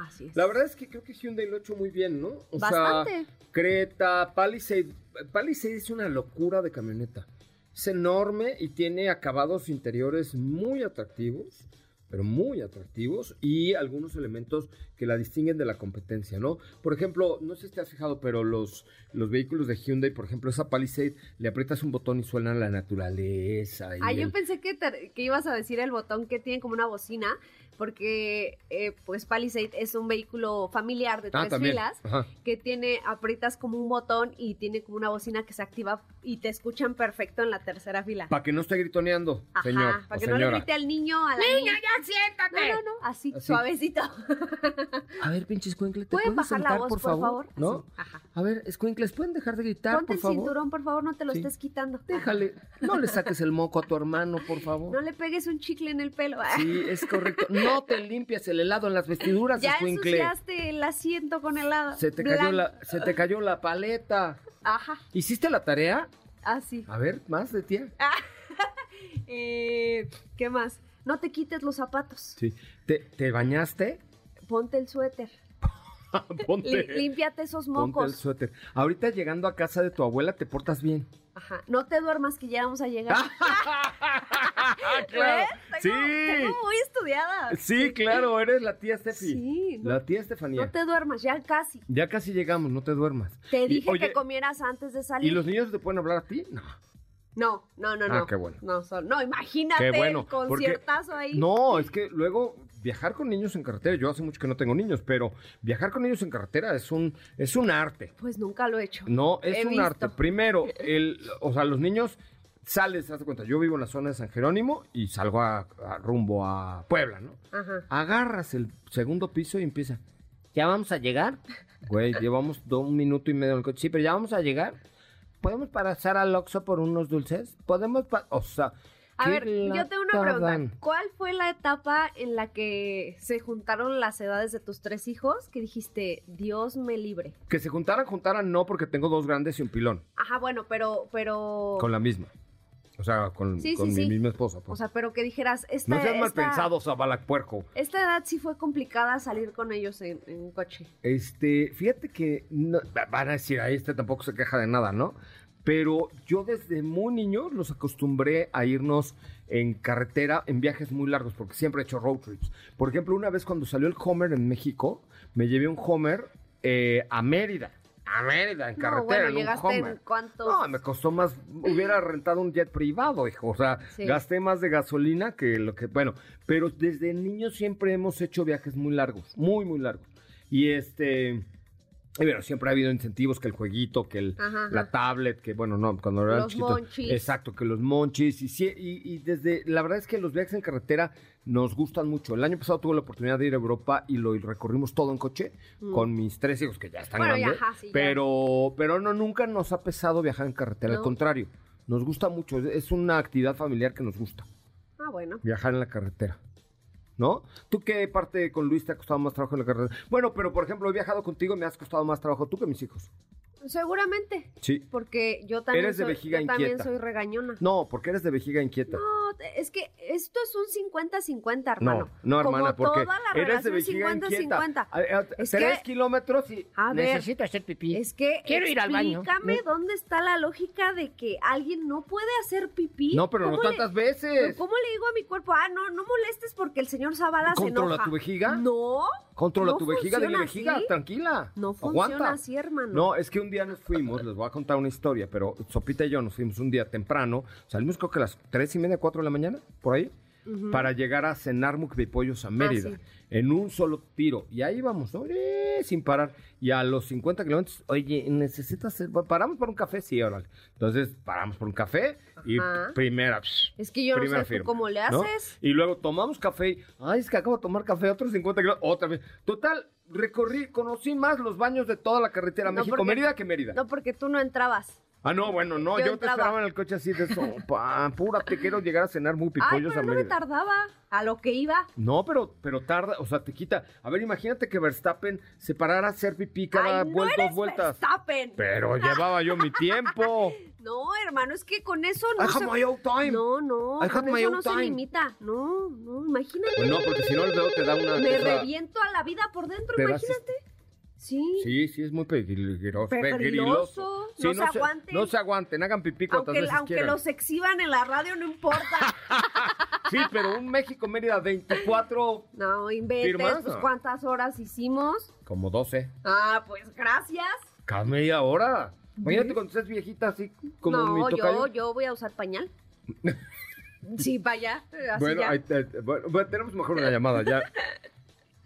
C: Así es.
B: La verdad es que creo que Hyundai lo ha hecho muy bien, ¿no? O
C: Bastante.
B: sea, Creta, Palisade. Palisade es una locura de camioneta. Es enorme y tiene acabados interiores muy atractivos, pero muy atractivos y algunos elementos que la distinguen de la competencia, ¿no? Por ejemplo, no sé si te has fijado, pero los, los vehículos de Hyundai, por ejemplo, esa Palisade, le aprietas un botón y suena la naturaleza. y
C: Ah,
B: el-
C: yo pensé que, te- que ibas a decir el botón que tiene como una bocina, porque eh, pues Palisade es un vehículo familiar de
B: Ah,
C: tres
B: también.
C: filas
B: Ajá.
C: que tiene, aprietas como un botón y tiene como una bocina que se activa y te escuchan perfecto en la tercera fila.
B: Para que no esté gritoneando, señor.
C: Ajá, para
B: o
C: que no
B: señora.
C: le grite al niño, a la niña. ya siéntate! No, no, no, así,
B: Así.
C: suavecito.
B: A ver, pinches cuencles, ¿te
C: ¿Pueden
B: pueden
C: bajar la
B: sentar,
C: voz,
B: por favor? ¿No?
C: Así, Ajá.
B: A ver, escuincles, ¿pueden dejar de gritar,
C: Ponte
B: por
C: el
B: favor?
C: cinturón, por favor, no te lo
B: Sí.
C: estés quitando. Ah,
B: Déjale, no le saques el moco a tu hermano, por
C: No
B: favor.
C: le pegues un chicle en el pelo. Ah,
B: Sí, es correcto. No te limpias el helado en las vestiduras,
C: *laughs* ya
B: escuincle.
C: ensuciaste el asiento con helado.
B: Se te cayó
C: blanco.
B: la, se te cayó la paleta.
C: Ajá,
B: ¿Hiciste la tarea?
C: así.
B: A ver, más de tía.
C: Ah. Eh, ¿Qué más? No te quites los zapatos.
B: Sí. ¿Te, te bañaste?
C: Ponte
B: *laughs*
C: el suéter. Lí- límpiate esos
B: Ponte el
C: mocos.
B: suéter. Ahorita llegando a casa de tu abuela te portas bien.
C: Ajá. No te duermas que ya vamos a llegar.
B: claro.
C: ¿Ves?
B: Ah, Sí.
C: Tengo, ¿Ah, tengo muy estudiada.
B: Sí, claro, eres la tía Steffi.
C: Sí, no-
B: La tía Estefanía.
C: No te duermas, ya casi.
B: Ya casi llegamos, no te duermas.
C: Te
B: Y,
C: dije
B: oye,
C: que comieras antes de
B: ¿Y
C: salir.
B: los niños te pueden hablar a ti? No.
C: No, no, no,
B: Ah,
C: no.
B: qué bueno.
C: No, sol- no, imagínate
B: Qué bueno,
C: el
B: porque-
C: conciertazo ahí.
B: No, es que luego viajar con niños en carretera, yo hace mucho que no tengo niños, pero viajar con niños en carretera es un es un arte.
C: Pues nunca lo he hecho.
B: No, es
C: He
B: un
C: visto.
B: arte. Primero, el, o sea, los niños sales, hazte cuenta, yo vivo en la zona de San Jerónimo y salgo a, a rumbo a Puebla, ¿no?
C: Ajá.
B: Agarras el segundo piso y empieza. ¿Ya vamos a llegar?
C: *laughs*
B: Güey, llevamos do- un minuto y medio en el coche. Sí, pero ya vamos a llegar. ¿Podemos pasar al Oxxo por unos dulces? ¿Podemos pa- O sea,
C: A ver, yo tengo una pregunta. ¿Cuál fue la etapa en la que se juntaron las edades de tus tres hijos que dijiste, Dios me libre?
B: Que se juntaran, juntaran no, porque tengo dos grandes y un pilón.
C: Ajá, bueno, pero, pero.
B: Con la misma. O sea, con,
C: Oh. Sí, sí,
B: con mi
C: sí.
B: misma esposa. pues.
C: O sea, pero que dijeras, esta,
B: no seas mal
C: esta-
B: pensado, Zabalac Puerco.
C: esta edad sí fue complicada salir con ellos en, en un coche.
B: Este, fíjate que no- va- van a decir, ahí este tampoco se queja de nada, ¿no? Pero yo desde muy niño los acostumbré a irnos en carretera en viajes muy largos, porque siempre he hecho road trips. Por ejemplo, una vez cuando salió el Homer en México, me llevé un Homer eh, a Mérida. A Mérida, en
C: No,
B: carretera,
C: bueno,
B: en un
C: llegaste
B: Homer.
C: en cuántos-
B: No, me costó más.
C: *laughs*
B: Hubiera rentado un jet privado, hijo. O sea,
C: Sí.
B: gasté más de gasolina que lo que. Bueno, pero desde niño siempre hemos hecho viajes muy largos, muy, muy largos. Y este. Y bueno, siempre ha habido incentivos que el jueguito, que el,
C: Ajá, ajá.
B: la tablet, que bueno, no, cuando eran
C: Los
B: chiquitos.
C: monchis.
B: Exacto, que los monchis. Y, sí- y, y desde, la verdad es que los viajes en carretera nos gustan mucho. El año pasado tuve la oportunidad de ir a Europa y lo recorrimos todo en coche
C: Mm.
B: con mis tres hijos, que ya están
C: Bueno, ya,
B: grandes.
C: ajá, sí, ya.
B: pero, pero no, nunca nos ha pesado viajar en carretera,
C: No.
B: al contrario. Nos gusta mucho, es- es una actividad familiar que nos gusta,
C: Ah, bueno.
B: viajar en la carretera. ¿No? ¿Tú qué parte con Luis te ha costado más trabajo en la carretera? Bueno, pero por ejemplo, he viajado contigo y me has costado más trabajo tú que mis hijos.
C: Seguramente.
B: Sí.
C: Porque yo también,
B: Eres de
C: soy,
B: vejiga
C: yo también
B: inquieta.
C: soy regañona.
B: No, porque eres de vejiga inquieta.
C: No, te- es que esto es un 50-50, hermano.
B: No, no, hermana,
C: Como
B: porque
C: toda la
B: eres de
C: relación
B: vejiga inquieta.
C: 50-50.
B: A- a-
C: Es
B: tres
C: que-
B: kilómetros y
C: A ver.
B: necesito hacer pipí.
C: Es que
B: Quiero ir al baño.
C: Explícame dónde está la lógica de que alguien no puede hacer pipí.
B: No, pero no
C: ¿Cómo le-
B: tantas veces.
C: pero ¿Cómo le digo a mi cuerpo? Ah, no, no molestes porque el señor Zavala se
B: ¿Controla
C: enoja.
B: tu vejiga?
C: No.
B: Controla
C: no
B: tu vejiga, dile
C: funciona
B: vejiga,
C: así.
B: tranquila.
C: No
B: aguanta.
C: funciona así, hermano.
B: No, es que un día nos fuimos, les voy a contar una historia, pero Sopita y yo nos fuimos un día temprano, salimos creo que a las tres y media, cuatro de la mañana, por ahí, para llegar a cenar mukbipollos a Mérida,
C: Ah, sí.
B: en un solo tiro. Y ahí vamos, oye, sin parar. Y a los 50 kilómetros, oye, necesitas, hacer- paramos por un café, sí, órale. Entonces paramos por un café y
C: Ajá.
B: primera... psh,
C: Es que yo no
B: Primera
C: sé tú
B: firma,
C: cómo le
B: ¿no?
C: haces.
B: Y luego tomamos café. Ay, es que acabo de tomar café, otros 50 kilómetros, otra vez. Total, recorrí, conocí más los baños de toda la carretera
C: No,
B: México,
C: porque-
B: Mérida que Mérida.
C: No, porque tú no entrabas.
B: ah, no, bueno, no, yo,
C: yo
B: te
C: entraba.
B: esperaba en el coche así de sopa. *laughs* Apúrate, quiero llegar a cenar muy
C: Ay,
B: pipollos
C: pero
B: a
C: no me
B: Mérida.
C: tardaba a lo que iba.
B: No, pero, pero tarda, o sea, te quita. A ver, imagínate que Verstappen se parara a hacer pipí cada
C: Ay, no
B: vuel-
C: eres
B: dos vueltas.
C: Verstappen.
B: Pero llevaba yo mi
C: *laughs*
B: tiempo.
C: No, hermano, es que con eso no
B: I have
C: se...
B: my own time.
C: No, no,
B: I had
C: con
B: my
C: eso
B: own
C: no se
B: time.
C: limita. No, no, imagínate.
B: Pues no, porque si no el dedo te da una
C: Me
B: cosa-
C: reviento a la vida por dentro,
B: Te das-
C: imagínate. Sí.
B: Sí, sí, es muy peligroso.
C: Pegriloso,
B: pegriloso.
C: no se aguanten.
B: No se aguanten, hagan pipí cuantas
C: Aunque,
B: veces
C: aunque
B: quieran.
C: los exhiban en la radio, no importa.
B: *laughs* Sí, pero un México Mérida 24,
C: No, inventes,
B: Firmas,
C: pues
B: no.
C: cuántas horas hicimos.
B: como 12,
C: Ah, pues gracias.
B: cada media hora. Imagínate cuando estés viejita así como
C: no,
B: mi tocayo.
C: yo, yo voy a usar
B: *laughs*
C: pañal. sí, vaya. Así
B: bueno,
C: ya. *laughs*
B: ahí te- bueno, bueno, tenemos mejor una llamada ya.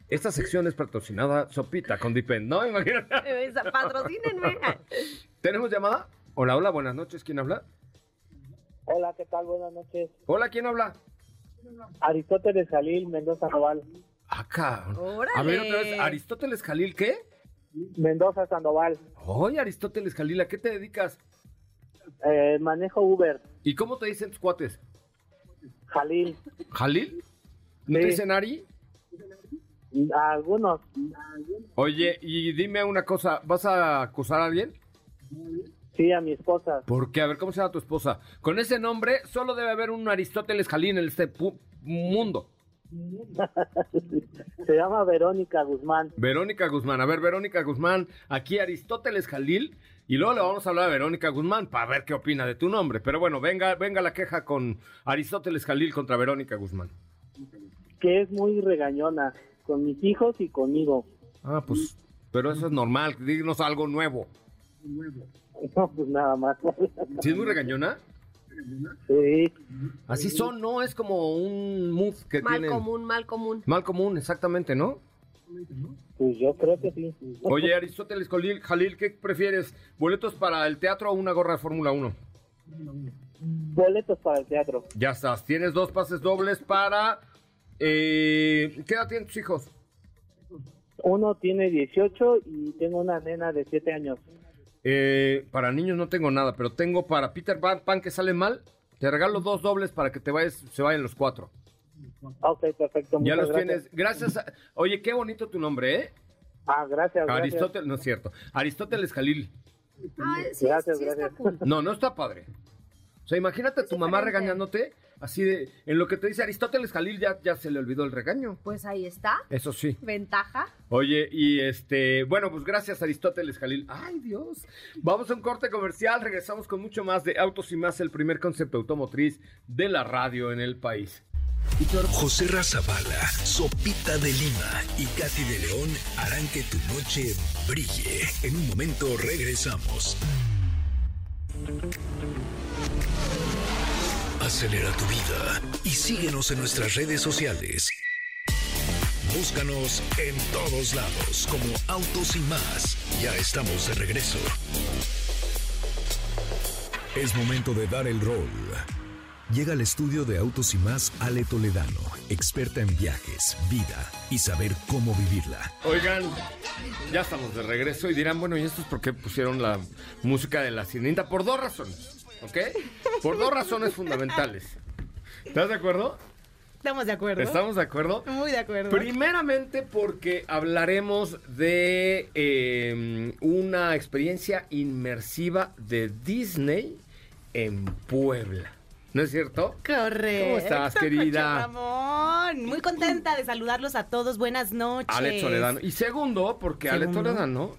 B: Esta sección es patrocinada Sopita con Dipend, ¿no? Imagínate.
C: Eh, Patrocínenme.
B: *laughs* ¿Tenemos llamada? Hola, hola, buenas noches. ¿Quién habla?
D: Hola, ¿qué tal? Buenas noches.
B: Hola, ¿quién habla?
D: Aristóteles Jalil Mendoza Sandoval.
B: Acá. Ah, A
C: Órale.
B: ver, otra vez, Aristóteles Jalil, ¿qué?
D: Mendoza Sandoval.
B: Oye, Aristóteles Jalil, ¿a qué te dedicas?
D: Eh, manejo Uber.
B: ¿Y cómo te dicen tus cuates?
D: Jalil.
B: ¿Jalil? ¿No te
D: Sí.
B: dicen Ari?
D: Algunos.
B: Oye, y dime una cosa, ¿vas a acusar a alguien?
D: Sí, a mi esposa.
B: Porque, a ver, ¿cómo se llama tu esposa? Con ese nombre solo debe haber un Aristóteles Jalil en este pu- mundo.
D: Se llama Verónica Guzmán.
B: Verónica Guzmán, a ver, Verónica Guzmán, aquí Aristóteles Jalil, y luego le vamos a hablar a Verónica Guzmán para ver qué opina de tu nombre. Pero bueno, venga, venga la queja con Aristóteles Jalil contra Verónica Guzmán.
D: que es muy regañona con mis hijos y conmigo. *laughs*
B: Ah, pues, pero eso es normal, dinos algo nuevo.
D: No, pues nada más.
B: ¿Sí es muy regañona?
D: Sí,
B: Así son, ¿no? Es como un move que
C: mal
B: tienen.
C: común, mal común.
B: Mal común, exactamente, ¿no?
D: pues yo creo que sí.
B: Oye, Aristóteles Colil- Jalil, ¿qué prefieres? ¿Boletos para el teatro o una gorra de Fórmula 1?
D: Boletos para el teatro.
B: Ya estás, tienes dos pases dobles para... eh, ¿Qué edad tienen tus hijos?
D: Uno tiene 18 y tengo una nena de 7 años.
B: Eh, para niños no tengo nada, pero tengo para Peter Pan, Pan que sale mal Te regalo dos dobles para que te vayas, se vayan los cuatro.
D: Ah, Ok, perfecto.
B: Ya
D: muchas
B: los
D: gracias.
B: tienes. Gracias. a- Oye, qué bonito tu nombre, ¿eh?
D: Ah, gracias. gracias.
B: Aristóteles, no es cierto. Aristóteles Jalil.
C: Ah, sí,
D: Gracias,
C: sí está
D: gracias.
C: cool.
B: No, no está padre. O sea, imagínate tu mamá
C: diferente.
B: regañándote, así de, en lo que te dice Aristóteles Jalil ya, ya se le olvidó el regaño.
C: Pues ahí está.
B: Eso sí.
C: Ventaja.
B: Oye, y este, bueno, pues gracias Aristóteles Jalil. Ay, Dios. Vamos a un corte comercial, regresamos con mucho más de Autos y más, el primer concepto automotriz de la radio en el país.
A: José Razabala, Sopita de Lima y Katy de León harán que tu noche brille. En un momento regresamos. Acelera tu vida y síguenos en nuestras redes sociales. Búscanos en todos lados como Autos y más. Ya estamos de regreso. Es momento de dar el rol. Llega al estudio de Autos y Más Ale Toledano, experta en viajes, vida y saber cómo vivirla.
B: Oigan, ya estamos de regreso y dirán, bueno, ¿y esto es por qué pusieron la música de la sirenita? Por dos razones, ¿ok? Por dos razones fundamentales. ¿Estás de acuerdo?
I: Estamos de acuerdo.
B: ¿Estamos de acuerdo?
I: Muy de acuerdo.
B: Primeramente porque hablaremos de eh, una experiencia inmersiva de Disney en Puebla. ¿No es cierto?
I: Correcto.
B: ¿Cómo estás,
I: Coche
B: querida?
I: Ramón. Muy contenta de saludarlos a todos. Buenas noches.
B: Alex Toledano. Y segundo, porque Alex
I: Segundo.
B: Toledano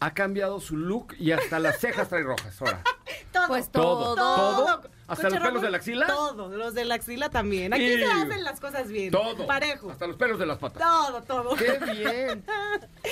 B: ha cambiado su look y hasta las cejas trae rojas ahora.
I: *laughs* Todo.
C: Pues
B: Todo,
C: todo.
B: todo. ¿Hasta
I: Coche
B: los pelos
I: Ramón,
B: de la axila?
I: Todo, los de la axila también. Aquí
B: Y-
I: se hacen las cosas bien.
B: Todo.
I: Parejo.
B: Hasta los pelos de las patas.
I: Todo, todo.
B: ¡Qué
I: *laughs*
B: bien!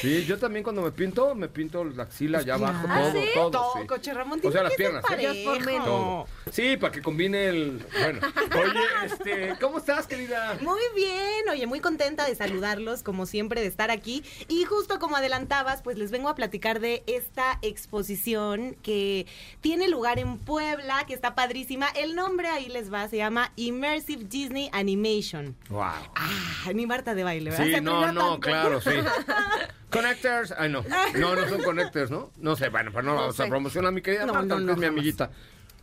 B: Sí, yo también cuando me pinto, me pinto la axila allá abajo,
I: claro.
B: todo,
C: ¿Ah, sí?
B: todo.
I: Todo,
B: sí.
I: coche Ramón.
B: O
I: tiene
B: sea, las
I: que ser
B: piernas. ¿eh?
C: Yo por menos.
I: parejo.
B: Todo. Sí, para que combine el.
I: *laughs*
B: Bueno. Oye, este, ¿cómo estás, querida?
I: Muy bien, oye, muy contenta de saludarlos, como siempre, de estar aquí. Y justo como adelantabas, pues les vengo a platicar de esta exposición que tiene lugar en Puebla, que está padrísima. El nombre ahí les va, se llama Immersive Disney Animation.
B: Wow.
I: Ah, mi Marta de baile, ¿verdad?
B: Sí,
I: Se
B: no,
I: aprendió
B: no,
I: tanto.
B: claro,
I: *laughs*
B: sí. Connectors, ay no, no, no son connectors, ¿no? No sé, bueno, pero no, vamos a
C: sé.
B: promocionar a mi querida
I: No,
B: Marta,
I: no,
B: que
I: no,
B: es mi
I: jamás.
B: amiguita.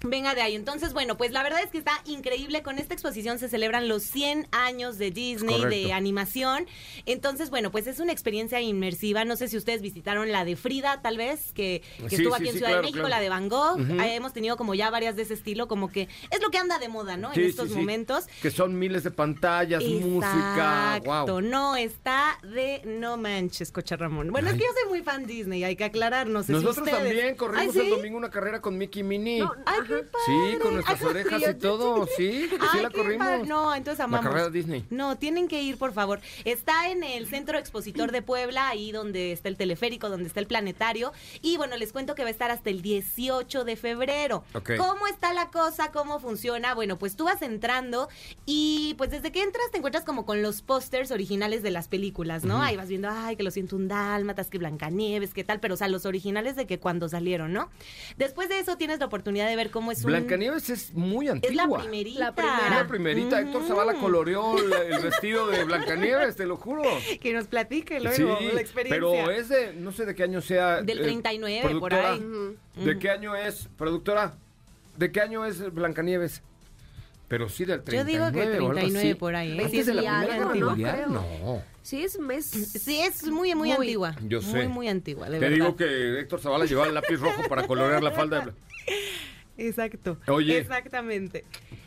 I: Venga de ahí. Entonces, bueno, pues la verdad es que está increíble. Con esta exposición se celebran los 100 años de Disney,
B: Correcto.
I: de animación. Entonces, bueno, pues es una experiencia inmersiva. No sé si ustedes visitaron la de Frida, tal vez, que, que
B: Sí,
I: estuvo
B: sí,
I: aquí en
B: sí,
I: Ciudad
B: claro,
I: de México,
B: claro.
I: la de Van Gogh.
B: Ujú.
I: Ahí hemos tenido como ya varias de ese estilo, como que es lo que anda de moda, ¿no?
B: Sí,
I: en
B: sí,
I: estos
B: sí.
I: momentos.
B: Que son miles de pantallas, música,
I: Exacto,
B: wow.
I: no está de no manches, Coche Ramón. Bueno, es que yo soy muy fan Disney, hay que aclararnos.
B: Nosotros
I: ¿Ah,
B: también corrimos el
I: domingo
B: domingo una carrera con Mickey Mini.
C: No,
I: Ay, qué padre.
B: sí, con nuestras
I: Ay,
B: orejas
I: yo-
B: y todo, sí, sí
I: Ay,
B: la
I: qué padre.
B: corrimos.
I: No, entonces
B: la
I: amamos.
B: carrera Disney.
I: No, tienen que ir, por favor. Está en el Centro Expositor de Puebla, ahí donde está el teleférico, donde está el planetario. Y bueno, les cuento que va a estar hasta el 18 de febrero.
B: Ok.
I: ¿Cómo está la cosa? ¿Cómo funciona? Bueno, pues tú vas entrando y pues desde que entras te encuentras como con los pósters originales de las películas, ¿no? Ahí vas viendo, ay, que lo siento un dálmatas, que Blancanieves, qué tal, pero o sea, los originales de que cuando salieron, ¿no? Después de eso tienes la oportunidad de ver cómo es un...
B: Blancanieves es muy
I: Es la
B: antigua.
I: primerita. Mm.
C: La primera.
B: Es la primerita, Héctor Zavala
I: Ujú.
B: coloreó el, el vestido de Blancanieves, te lo juro.
I: Que nos platique luego
B: Sí,
I: la experiencia.
B: pero es de, no sé de qué año sea.
I: Del
B: eh,
I: 39, por
B: productora,
I: ahí.
B: ¿De qué año es, productora? ¿De qué año es Blancanieves? Pero sí del
I: Yo
B: 39.
I: digo que
B: o algo
I: 39
B: así.
I: por ahí, ¿eh?
B: Antes
I: Sí,
B: de la
C: sí,
B: Primera
C: algo,
B: Guerra
C: ¿no?
B: Mundial,
C: Creo.
B: no.
C: Sí, es mes.
I: Sí, es muy, muy,
C: Muy.
I: antigua.
B: Yo sé.
I: Muy, muy antigua, de
B: Te
I: verdad.
B: digo que Héctor Zavala llevaba el lápiz rojo para colorear la falda. de Bla-
I: Exacto.
B: Oye.
I: Exactamente.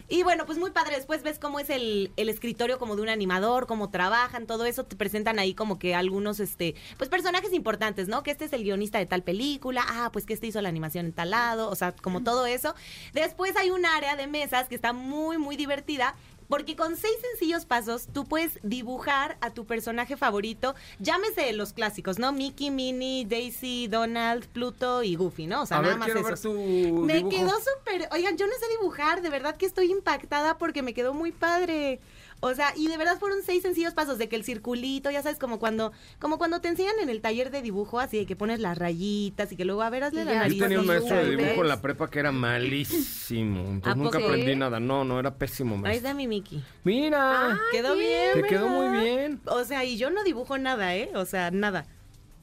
I: Y bueno, pues muy padre. Después ves cómo es el, el escritorio como de un animador, cómo trabajan, todo eso. Te presentan ahí como que algunos, este, pues personajes importantes, ¿no? Que este es el guionista de tal película. Ah, pues que este hizo la animación en tal lado. O sea, como todo eso. Después hay un área de mesas que está muy, muy divertida. Porque con seis sencillos pasos tú puedes dibujar a tu personaje favorito, llámese los clásicos, ¿no? Mickey, Minnie, Daisy, Donald, Pluto y Goofy, ¿no? O sea,
B: A
I: nada
B: ver,
I: más
B: quiero ver
I: esos.
B: tu
I: Me
B: dibujo.
I: quedó súper. Oigan, yo no sé dibujar, de verdad que estoy impactada porque me quedó muy padre. O sea, y de verdad fueron seis sencillos pasos de que el circulito, ya sabes, como cuando, como cuando te enseñan en el taller de dibujo, así de que pones las rayitas y que luego a ver, hazle
C: Y
I: la
C: ya.
I: nariz.
B: Yo tenía un
I: así,
B: maestro de
I: tal
B: dibujo en
I: vez.
B: la prepa que era malísimo.
I: ¿A
B: Entonces nunca
I: poco?
B: aprendí
I: ¿Sí?
B: nada. No, no, era pésimo
I: Ahí
B: maestro.
I: está mi Mickey. Ah,
B: Mira,
I: quedó bien.
B: te quedó
I: ¿verdad?
B: muy bien.
I: O sea, y yo no dibujo nada, ¿eh? O sea, nada.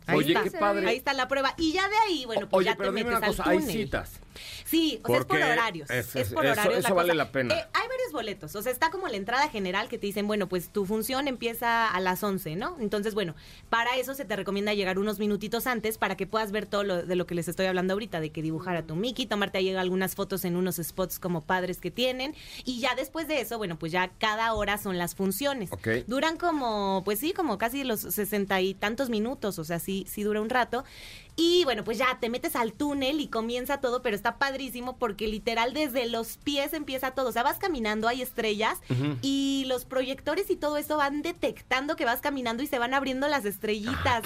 I: Ahí
B: Oye,
I: está.
B: qué padre.
I: Ahí está la prueba. Y ya de ahí, bueno, pues
B: Oye,
I: ya
B: pero
I: te
B: dime
I: metes
B: una cosa,
I: al
B: hay
I: túnel.
B: citas.
I: Sí, o sea, es por
B: Porque
I: horarios.
B: eso
I: es
B: es-
I: por
B: eso-
I: horarios.
B: eso vale la pena.
I: Eh, hay varios boletos. O sea, está como la entrada general que te dicen, bueno, pues tu función empieza a las 11, ¿no? Entonces, bueno, para eso se te recomienda llegar unos minutitos antes para que puedas ver todo lo de lo que les estoy hablando ahorita, de que dibujar a tu Mickey, tomarte ahí algunas fotos en unos spots como padres que tienen. Y ya después de eso, bueno, pues ya cada hora son las funciones.
B: Ok.
I: Duran como, pues sí, como casi los sesenta y tantos minutos, o sea, sí, sí dura un rato. Y bueno, pues ya te metes al túnel y comienza todo, pero está padrísimo porque literal desde los pies empieza todo. O sea, vas caminando, hay estrellas
J: Ujú.
I: y los proyectores y todo eso van detectando que vas caminando y se van abriendo las estrellitas.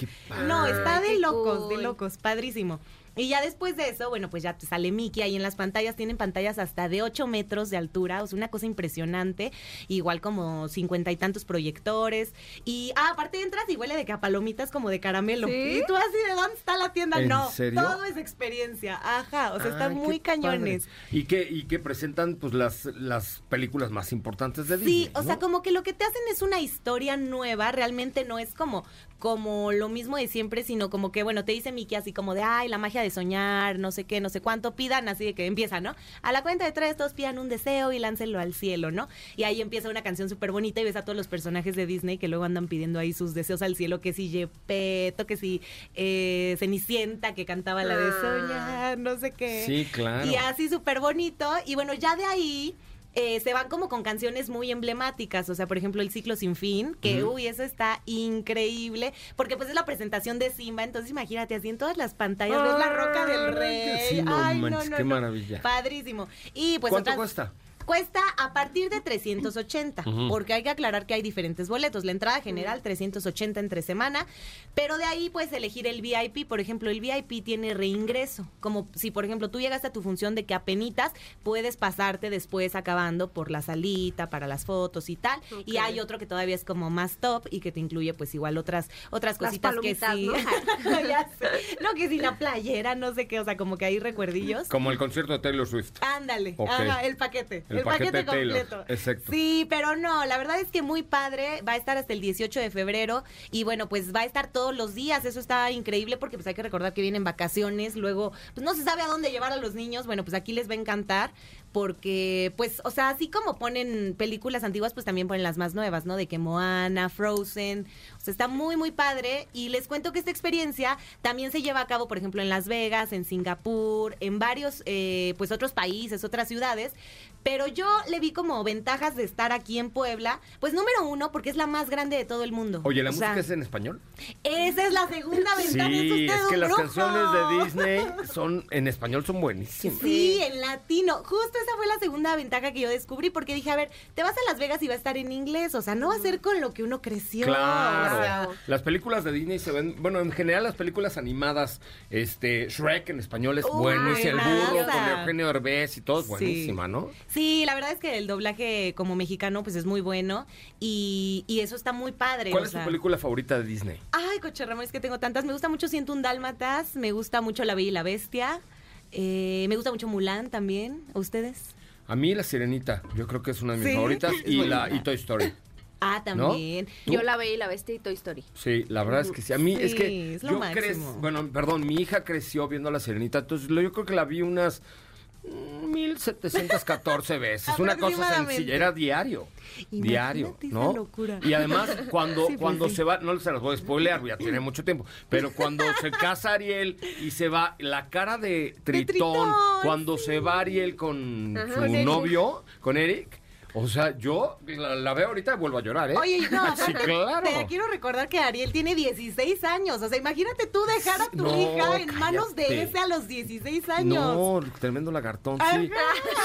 I: no, está
J: Ah, padre.
I: de
J: Qué
I: locos, de
J: cool.
I: locos, padrísimo. Y ya después de eso, bueno, pues ya te sale Mickey ahí en las pantallas, tienen pantallas hasta de 8 metros de altura, o sea, una cosa impresionante, igual como cincuenta y tantos proyectores. Y ah, aparte entras y huele de que a palomitas como de caramelo.
J: ¿Sí?
I: Y tú así, ¿de dónde está la tienda?
B: ¿En
I: no,
B: serio?
I: todo es experiencia, ajá, o sea,
B: Ah,
I: están
B: qué
I: muy cañones.
B: padre. Y que, y que presentan pues las, las películas más importantes de Disney.
I: Sí, o
B: ¿no?
I: sea, como que lo que te hacen es una historia nueva, realmente no es como como lo mismo de siempre, sino como que, bueno, te dice Mickey así como de, ay, la magia de soñar, no sé qué, no sé cuánto, pidan, así de que empieza, ¿no? A la cuenta de tres, todos pidan un deseo y láncenlo al cielo, ¿no? Y ahí empieza una canción súper bonita y ves a todos los personajes de Disney que luego andan pidiendo ahí sus deseos al cielo, que si Gepetto, que si eh, Cenicienta, que cantaba la de
J: Ah.
I: soñar, no sé qué.
B: Sí, claro.
I: Y así súper bonito. Y bueno, ya de ahí eh, se van como con canciones muy emblemáticas. O sea, por ejemplo, El Ciclo Sin Fin, que
J: Ujú.
I: uy, eso está increíble. Porque pues es la presentación de Simba. Entonces imagínate, así en todas las pantallas ves la roca del rey.
B: Sí, no
I: Ay,
B: manches,
I: no, no,
B: qué
I: no.
B: maravilla.
I: Padrísimo. Y pues
B: ¿Cuánto
I: otras-
B: cuesta?
I: Cuesta a partir de 380,
B: Ujú.
I: porque hay que aclarar que hay diferentes boletos. La entrada general
C: Mm.
I: 380 entre semana, pero de ahí puedes elegir el VIP. Por ejemplo, el VIP tiene reingreso. Como si, por ejemplo, tú llegaste a tu función de que apenitas, puedes pasarte después acabando por la salita, para las fotos y tal. Y
J: Ok.
I: hay otro que todavía es como más top y que te incluye pues igual otras, otras
C: Las
I: cositas que
C: palomitas,
I: sí.
C: ¿no?
I: *laughs* Ya sé. No, que si la playera, no sé qué, o sea, como que hay recuerdillos.
B: Como el concierto de Taylor Swift.
I: Ah, Ándale,
B: Ok.
I: ajá, el paquete, el, paquete,
B: de Taylor.
I: completo.
B: Exacto.
I: Sí, pero no, la verdad es que muy padre, va a estar hasta el 18 de febrero y bueno, pues va a estar todos los días, eso está increíble porque pues hay que recordar que vienen vacaciones, luego pues no se sabe a dónde llevar a los niños, bueno, pues aquí les va a encantar porque pues, o sea, así como ponen películas antiguas, pues también ponen las más nuevas, ¿no? De que Moana, Frozen, o sea, está muy, muy padre y les cuento que esta experiencia también se lleva a cabo, por ejemplo, en Las Vegas, en Singapur, en varios, eh, pues otros países, otras ciudades, pero yo le vi como ventajas de estar aquí en Puebla. Pues número uno, porque es la más grande de todo el mundo.
B: Oye, ¿la
I: O sea,
B: música es en español?
I: Esa es la segunda ventaja. es
B: *laughs* Sí,
I: usted
B: es que
I: un
B: las
I: brujo.
B: canciones de Disney son en español son buenísimas.
I: Sí, en latino. Justo esa fue la segunda ventaja que yo descubrí porque dije, a ver, te vas a Las Vegas y va a estar en inglés, o sea, no va a ser con lo que uno creció.
B: Claro.
I: O sea,
B: Las películas de Disney se ven, bueno, en general las películas animadas, este, Shrek en español es
I: Uy,
B: buenísima, el burro con
I: maravillosa.
B: Eugenio Derbez y todo es buenísima, ¿no?
I: Sí, la verdad es que el doblaje como mexicano pues es muy bueno y, y eso está muy padre.
B: ¿Cuál
I: o
B: es tu
I: sea.
B: película favorita de Disney?
I: Ay, coche Ramón, es que tengo tantas. Me gusta mucho Siento un Dálmatas, me gusta mucho La Bella y la Bestia, eh, me gusta mucho Mulan también. ¿A ustedes?
B: A mí La Sirenita, yo creo que es una de mis
I: Sí.
B: favoritas
I: Es
B: y
I: bonita.
B: la y Toy Story.
I: Ah, también.
B: ¿Tú?
C: Yo la veía y la bestia y Toy Story.
B: Sí, la verdad es que sí. A mí es
I: Sí,
B: que
I: es lo
B: yo
I: máximo.
B: crec- bueno, perdón, mi hija creció viendo La Sirenita, entonces lo- yo creo que la vi unas mm, 1714 veces, una cosa
I: Aproximadamente.
B: sencilla, era diario.
I: Imagínate
B: diario, ¿no?
I: esa locura.
B: Y además, cuando,
I: *laughs* Sí, pues,
B: cuando
I: sí.
B: se va, no se las voy a spoilear, ya tiene mucho tiempo, pero cuando se casa Ariel y se va, la cara de Tritón,
J: Tritón,
B: cuando se va Ariel con
J: Ajá.
B: su
J: Con Eric.
B: novio, con Eric, o sea, yo la, la veo ahorita y vuelvo a llorar, ¿eh?
I: Oye,
B: *laughs*
I: no, *laughs*
B: sí,
I: aparte,
B: claro.
I: te quiero recordar que Ariel tiene 16 años. O sea, imagínate tú dejar a tu
B: No,
I: hija en manos de
B: cállate.
I: ese a los 16 años.
B: No, tremendo lagartón, sí.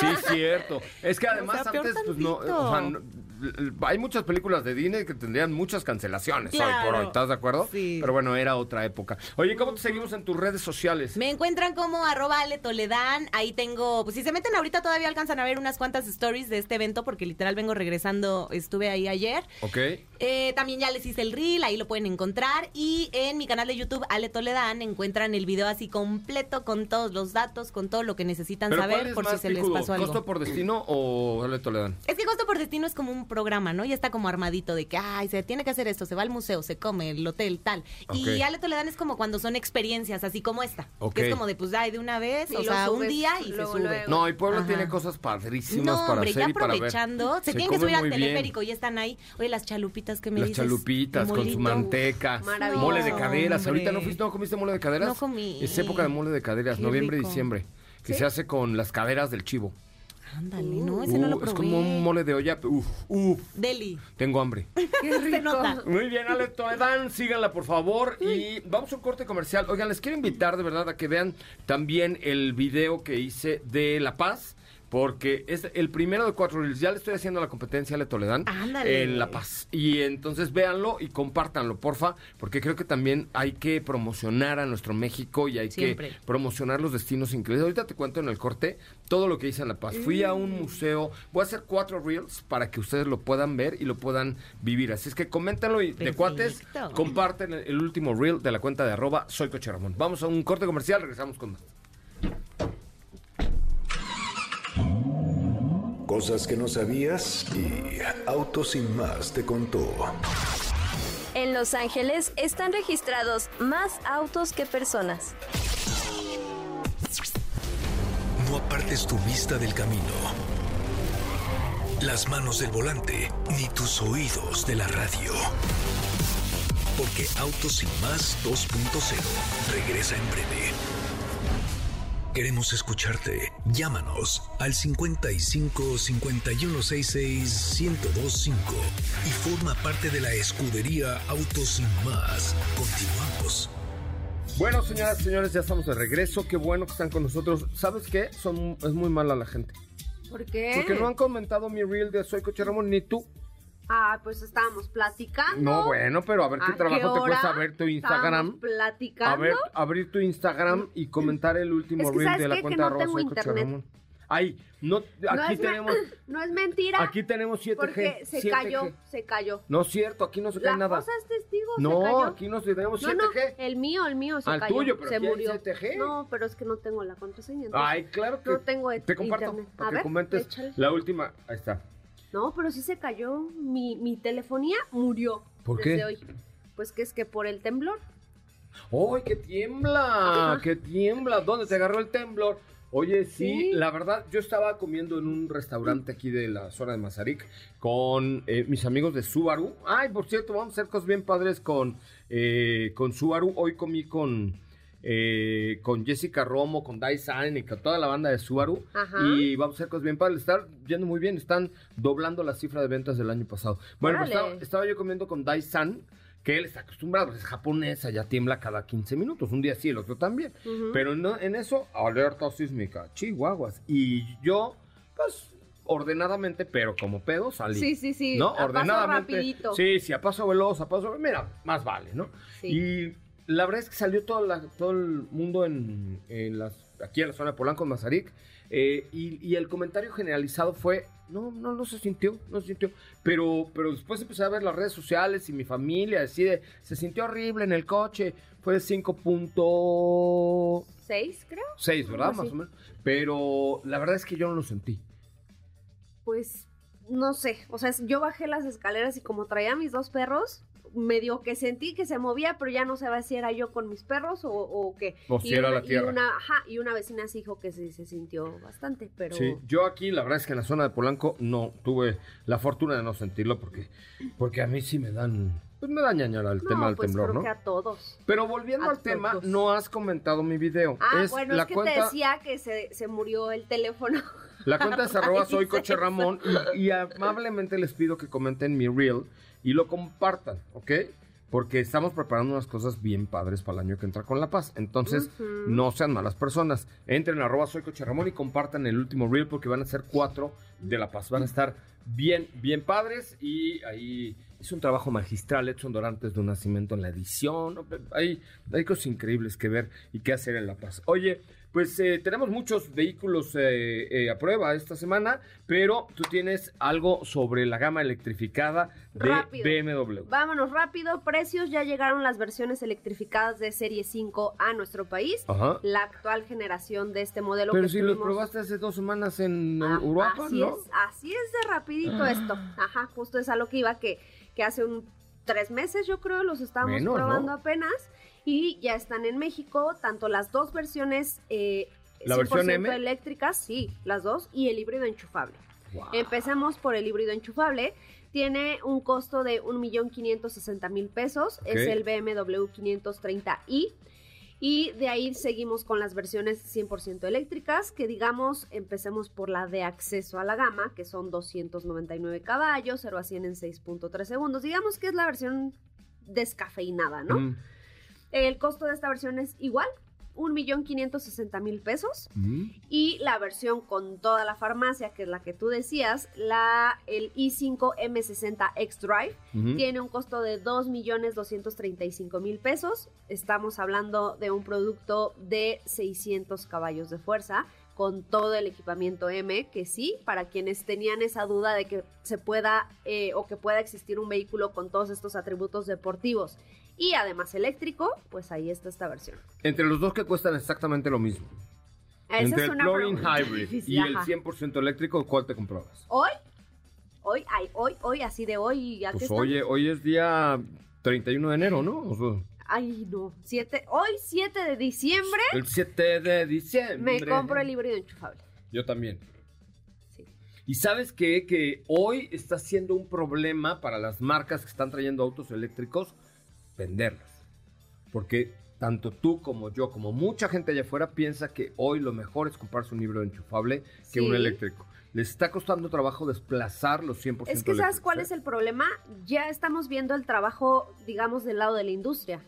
B: Sí, es cierto. Es que además
I: sea, peor
B: antes, pues no, o sea,
I: tantito.
B: no- l- hay muchas películas de Disney que tendrían muchas cancelaciones hoy por
I: Claro.
B: hoy, ¿estás de acuerdo? Sí. Pero bueno, era otra época. Oye, ¿cómo te seguimos en tus redes sociales?
I: Me encuentran como arroba Ale Toledán. Ahí tengo, pues si se meten ahorita todavía alcanzan a ver unas cuantas stories de este evento porque literal vengo regresando, estuve ahí ayer.
B: ¿Ok?
I: Eh, también ya les hice el reel, ahí lo pueden encontrar. Y en mi canal de YouTube, Ale Toledán, encuentran el video así completo con todos los datos, con todo lo que necesitan
B: ¿Pero cuál
I: saber
B: es
I: por si
B: más
I: se les
B: picudo,
I: pasó algo.
B: ¿Costo por destino o Ale Toledán?
I: Es que costo por destino es como un programa, ¿no? Ya está como armadito de que, ay, se tiene que hacer esto, se va al museo, se come, el hotel, tal.
B: Ok.
I: Y al otro le dan es como cuando son experiencias, así como esta.
B: Ok.
I: Que es como de, pues, ay, de una vez,
C: Y
I: o
C: lo
I: sea, un
C: subes
I: día y
C: luego,
I: se sube.
C: luego.
B: No, y Puebla
I: Ajá.
B: tiene cosas padrísimas
I: No,
B: para
I: hombre,
B: hacer
I: ya
B: y para ver.
I: aprovechando, se, tienen que
B: come
I: subir al
B: muy bien.
I: teleféricos y están ahí. Oye, las chalupitas que me
B: Las
I: dices.
B: chalupitas con su
I: Molito.
B: manteca,
C: Maravilloso.
B: mole de caderas.
I: Hombre.
B: Ahorita no fuiste, no comiste mole de caderas.
I: No comí.
B: Es época de mole de caderas,
I: Qué
B: noviembre,
I: rico.
B: diciembre, que
I: ¿Sí?
B: se hace con las caderas del chivo.
I: Ándale, no, ese no lo
B: Uh,
I: probé.
B: es como un mole de olla. Uf, uf,
I: Deli.
B: tengo
I: *laughs*
B: hambre.
C: Qué rico.
I: nota.
B: Muy bien, Ale Toledán, síganla por favor.
I: Mm.
B: Y vamos a un corte comercial. Oigan, les quiero invitar de verdad a que vean también el video que hice de La Paz. Porque es el primero de cuatro reels. Ya le estoy haciendo la competencia a Ale Toledán
I: Ándale.
B: en La Paz. Y entonces véanlo y compártanlo, porfa. Porque creo que también hay que promocionar a nuestro México y hay
I: Siempre.
B: que promocionar los destinos increíbles. Ahorita te cuento en el corte todo lo que hice en La Paz. Fui a
I: Mm.
B: un museo, voy a hacer cuatro reels para que ustedes lo puedan ver y lo puedan vivir. Así es que coméntalo y de
I: Perfecto.
B: cuates, comparten el- el último reel de la cuenta de arroba soy Coche Ramón. Vamos a un corte comercial, regresamos con más.
A: Cosas que no sabías y Auto Sin Más te contó.
J: En Los Ángeles están registrados más autos que personas.
A: No apartes tu vista del camino, las manos del volante, ni tus oídos de la radio. Porque Autos Sin Más 2.0 regresa en breve. Queremos escucharte. Llámanos al 55 5166 1025 y forma parte de la escudería Autos Sin Más. Continuamos.
B: Bueno, señoras y señores, ya estamos de regreso. Qué bueno que están con nosotros. ¿Sabes qué? Son, es muy mala la gente.
C: ¿Por qué?
B: Porque no han comentado mi reel de Soy Coche Ramón, ni tú.
C: Ah, pues estábamos platicando.
B: No, bueno, pero a ver qué
C: ¿A
B: trabajo te
C: Ah, hora
B: cuesta ver tu
C: estábamos
B: Instagram.
C: Platicando.
B: A ver, abrir tu Instagram y comentar el último
C: Es que
B: reel
C: ¿sabes
B: de la
C: qué? Que
B: cuenta
C: no
B: arroba
C: tengo
B: soy Coche
C: internet.
B: Ramón. Ay, no,
C: no,
B: aquí
C: es me- *laughs*
B: tenemos,
C: no es mentira.
B: aquí tenemos 7G.
C: porque se
B: 7G.
C: cayó, se cayó.
B: No es cierto, aquí no se cae
C: La
B: nada.
C: cosa es testigo, se
B: No,
C: cayó.
B: aquí no se- tenemos
C: no, no,
B: 7G.
C: el mío, el mío se
B: Al
C: cayó,
B: Ah, tuyo, pero
C: se
B: aquí hay
C: murió.
B: 7G.
C: No, pero es que no tengo la contraseña. entonces
B: Ay, claro que
C: no tengo et-
B: te comparto
C: internet.
B: para
C: A
B: que
C: ver,
B: comentes
C: échale.
B: la última. Ahí está.
C: No, pero sí se cayó. Mi, mi telefonía murió.
B: ¿Por
C: desde
B: qué?
C: hoy. Pues que es que por el temblor.
B: ¡Ay, que tiembla!
C: Ajá.
B: ¡Que tiembla! ¿Dónde te agarró el temblor? Oye, sí,
C: Sí.
B: la verdad, yo estaba comiendo en un restaurante aquí de la zona de Mazarik con eh, mis amigos de Subaru. Ay, por cierto, vamos a hacer cosas bien padres con, eh, con Subaru. Hoy comí con, eh, con Jessica Romo, con Dai San y con toda la banda de Subaru.
C: Ajá.
B: Y vamos a hacer cosas bien padres. Están yendo muy bien, están doblando la cifra de ventas del año pasado. Bueno, pues,
C: Órale.
B: estaba, estaba yo comiendo con Dai San, que él está acostumbrado, es japonesa, ya tiembla cada 15 minutos, un día sí, el otro también.
C: Ujú.
B: Pero no- en eso, alerta sísmica, chihuahuas. Y yo, pues, ordenadamente, pero como pedo, salí.
C: Sí, sí, sí.
B: ¿No?
C: a paso
B: ordenadamente.
C: rapidito.
B: Sí, sí, a paso veloz, a paso. Mira, más vale, ¿no?
C: Sí.
B: Y la verdad es que salió toda la- todo el mundo en, en las, aquí en la zona de Polanco, en Mazarik, eh, y, y el comentario generalizado fue, no, no, no se sintió, no se sintió. Pero, pero después empecé a ver las redes sociales y mi familia, así de, se sintió horrible en el coche, fue de 5.6,
C: Seis, creo.
B: ¿verdad?
C: Algo así.
B: Más o menos. Pero la verdad es que yo no lo sentí.
C: Pues no sé. O sea, yo bajé las escaleras y como traía a mis dos perros, medio que sentí que se movía, pero ya no sabía si era yo con mis perros o, o qué.
B: O si
C: Y
B: era
C: una-
B: la tierra.
C: Y una, ajá, y una vecina sí dijo que sí se sintió bastante, pero.
B: Sí, yo aquí la verdad es que en la zona de Polanco no tuve la fortuna de no sentirlo porque, porque a mí sí me dan, pues me da ñañara el
C: No,
B: tema del
C: pues
B: temblor,
C: creo
B: ¿no?
C: que a todos.
B: Pero volviendo
C: a
B: al tema,
C: todos.
B: no has comentado mi video.
C: Ah,
B: es
C: bueno,
B: la
C: es que
B: cuenta,
C: te decía que se, se murió el teléfono. *laughs*
B: La cuenta es arroba soy coche
C: Raíces.
B: Ramón y, y amablemente les pido que comenten mi reel y lo compartan, ¿ok? Porque estamos preparando unas cosas bien padres para el año que entra con La Paz. Entonces,
C: Ujú.
B: no sean malas personas. Entren a arroba soy coche Ramón y compartan el último reel porque van a ser cuatro de La Paz. Van a estar bien, bien padres y ahí es un trabajo magistral hecho en Dorantes de un nacimiento en la edición. ¿no? Hay, hay cosas increíbles que ver y que hacer en La Paz. Oye, pues eh, tenemos muchos vehículos eh, eh, a prueba esta semana, pero tú tienes algo sobre la gama electrificada de
C: Rápido.
B: BMW.
C: Vámonos rápido, precios. Ya llegaron las versiones electrificadas de Serie 5 a nuestro país.
B: Ajá.
C: La actual generación de este modelo
B: Ah. Pero
C: que
B: si los
C: tuvimos-
B: probaste hace dos semanas en
C: Ah,
B: Europa,
C: así
B: ¿no? Ah.
C: Es, así es de rapidito esto. Ajá, justo es a lo que iba, que, que hace un tres meses yo creo los estábamos
B: Menos,
C: probando
B: ¿no?
C: apenas y ya están en México, tanto las dos versiones eh,
B: ¿La versión
C: 100%
B: M?
C: eléctricas, sí, las dos, y el híbrido enchufable.
B: Guau.
C: Empecemos por el híbrido enchufable. Tiene un costo de 1.560.000 pesos. Es
B: Ok.
C: el BMW 530i. Y de ahí seguimos con las versiones 100% eléctricas, que digamos, empecemos por la de acceso a la gama, que son 299 caballos, 0 a 100 en 6.3 segundos. Digamos que es la versión descafeinada, ¿no?
B: Mm.
C: El costo de esta versión es igual, 1.560.000 pesos.
B: Mm.
C: Y la versión con toda la farmacia, que es la que tú decías, la, el i5 M60 X-Drive,
K: Ujú.
C: tiene un costo de 2.235.000 pesos. Estamos hablando de un producto de 600 caballos de fuerza con todo el equipamiento M, que sí, para quienes tenían esa duda de que se pueda eh, o que pueda existir un vehículo con todos estos atributos deportivos y además eléctrico, pues ahí está esta versión.
B: Entre los dos que cuestan exactamente lo mismo.
C: Ah, Esa
B: Entre
C: es
B: el
C: una
B: plug-in
C: pregunta
B: hybrid
C: difícil,
B: y el
C: ajá.
B: 100% eléctrico, ¿cuál te comprabas?
C: Hoy, hoy, ay, hoy, hoy, así de hoy, ya que
B: Pues
C: estamos.
B: oye, hoy es día 31 de enero, ¿no? O sea,
C: Ay, no. Siete, hoy, 7 de diciembre,
B: el 7 de diciembre.
C: me compro el híbrido enchufable.
B: Yo también. Y sabes qué? que hoy está siendo un problema para las marcas que están trayendo autos eléctricos venderlos. Porque tanto tú como yo, como mucha gente allá afuera, piensa que hoy lo mejor es comprarse un libro enchufable que
C: Sí.
B: un eléctrico. Les está costando trabajo desplazar los 100%
C: Es que ¿sabes
B: eléctricos,
C: cuál
B: ¿eh?
C: es el problema? Ya estamos viendo el trabajo, digamos, del lado de la industria.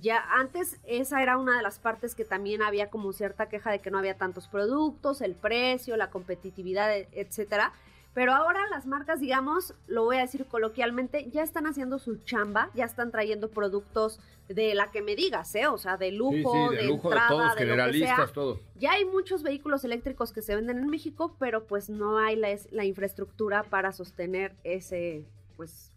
C: Ya antes esa era una de las partes que también había como cierta queja de que no había tantos productos, el precio, la competitividad, e- etcétera. Pero ahora las marcas, digamos, lo voy a decir coloquialmente, ya están haciendo su chamba, ya están trayendo productos de la que me digas, ¿eh? O sea, de lujo,
B: Sí, sí, de lujo
C: entrada,
B: de todos,
C: de lo que
B: generalistas,
C: sea.
B: todo.
C: Ya hay muchos vehículos eléctricos que se venden en México, pero pues no hay la, es- la infraestructura para sostener ese, pues,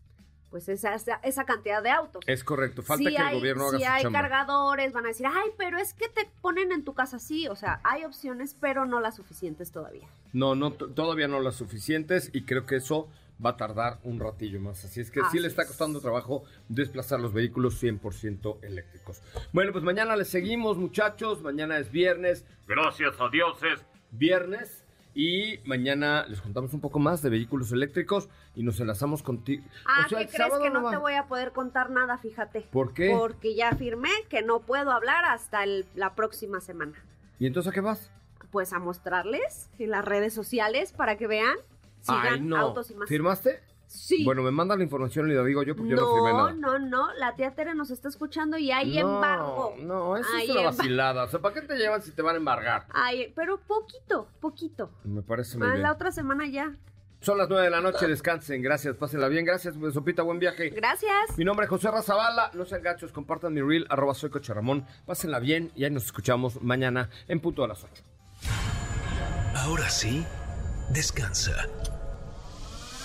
C: pues esa, esa, esa cantidad de autos.
B: Es correcto, Eh, falta
C: Sí
B: que
C: hay-
B: el gobierno haga
C: sí
B: su
C: hay
B: chamba.
C: cargadores, van a decir, ay, pero es que te ponen en tu casa así, o sea, hay opciones, pero no las suficientes todavía.
B: No, no, t- todavía no las suficientes y creo que eso va a tardar un ratillo más. Así es que
C: Así
B: sí le está costando trabajo desplazar los vehículos 100% eléctricos. Bueno, pues mañana les seguimos, muchachos. Mañana es viernes. Gracias a Dios es viernes. Y mañana les contamos un poco más de vehículos eléctricos y nos enlazamos contigo.
C: Ah,
B: O sea, el
C: ¿qué crees
B: sábado
C: que no,
B: va-
C: te voy a poder contar nada? Fíjate.
B: ¿Por qué?
C: Porque ya firmé que no puedo hablar hasta el- la próxima semana.
B: ¿Y entonces a qué vas?
C: Pues a mostrarles en las redes sociales para que vean. Sigan
B: Ay, no.
C: autos y más.
B: ¿Firmaste?
C: Sí.
B: Bueno, me manda la información y la digo yo porque yo no firmé
C: No,
B: nada.
C: no, no, la tía Tere nos está escuchando y hay
B: No,
C: embargo.
B: No, eso
C: Hay
B: es una
C: emba-
B: vacilada. O sea, ¿para qué te llevan si te van a embargar?
C: Ay, pero poquito, poquito.
B: Me parece muy
C: Ah,
B: bien.
C: la otra semana ya.
B: Son las 9 de la noche, descansen, gracias, pásenla bien, gracias, pues, Sopita, buen viaje.
C: Gracias.
B: Mi nombre es José Razabala, no sean gachos, compartan mi reel, arroba soy Coche Ramón, pásenla bien y ahí nos escuchamos mañana en punto a las 8.
A: Ahora sí, descansa.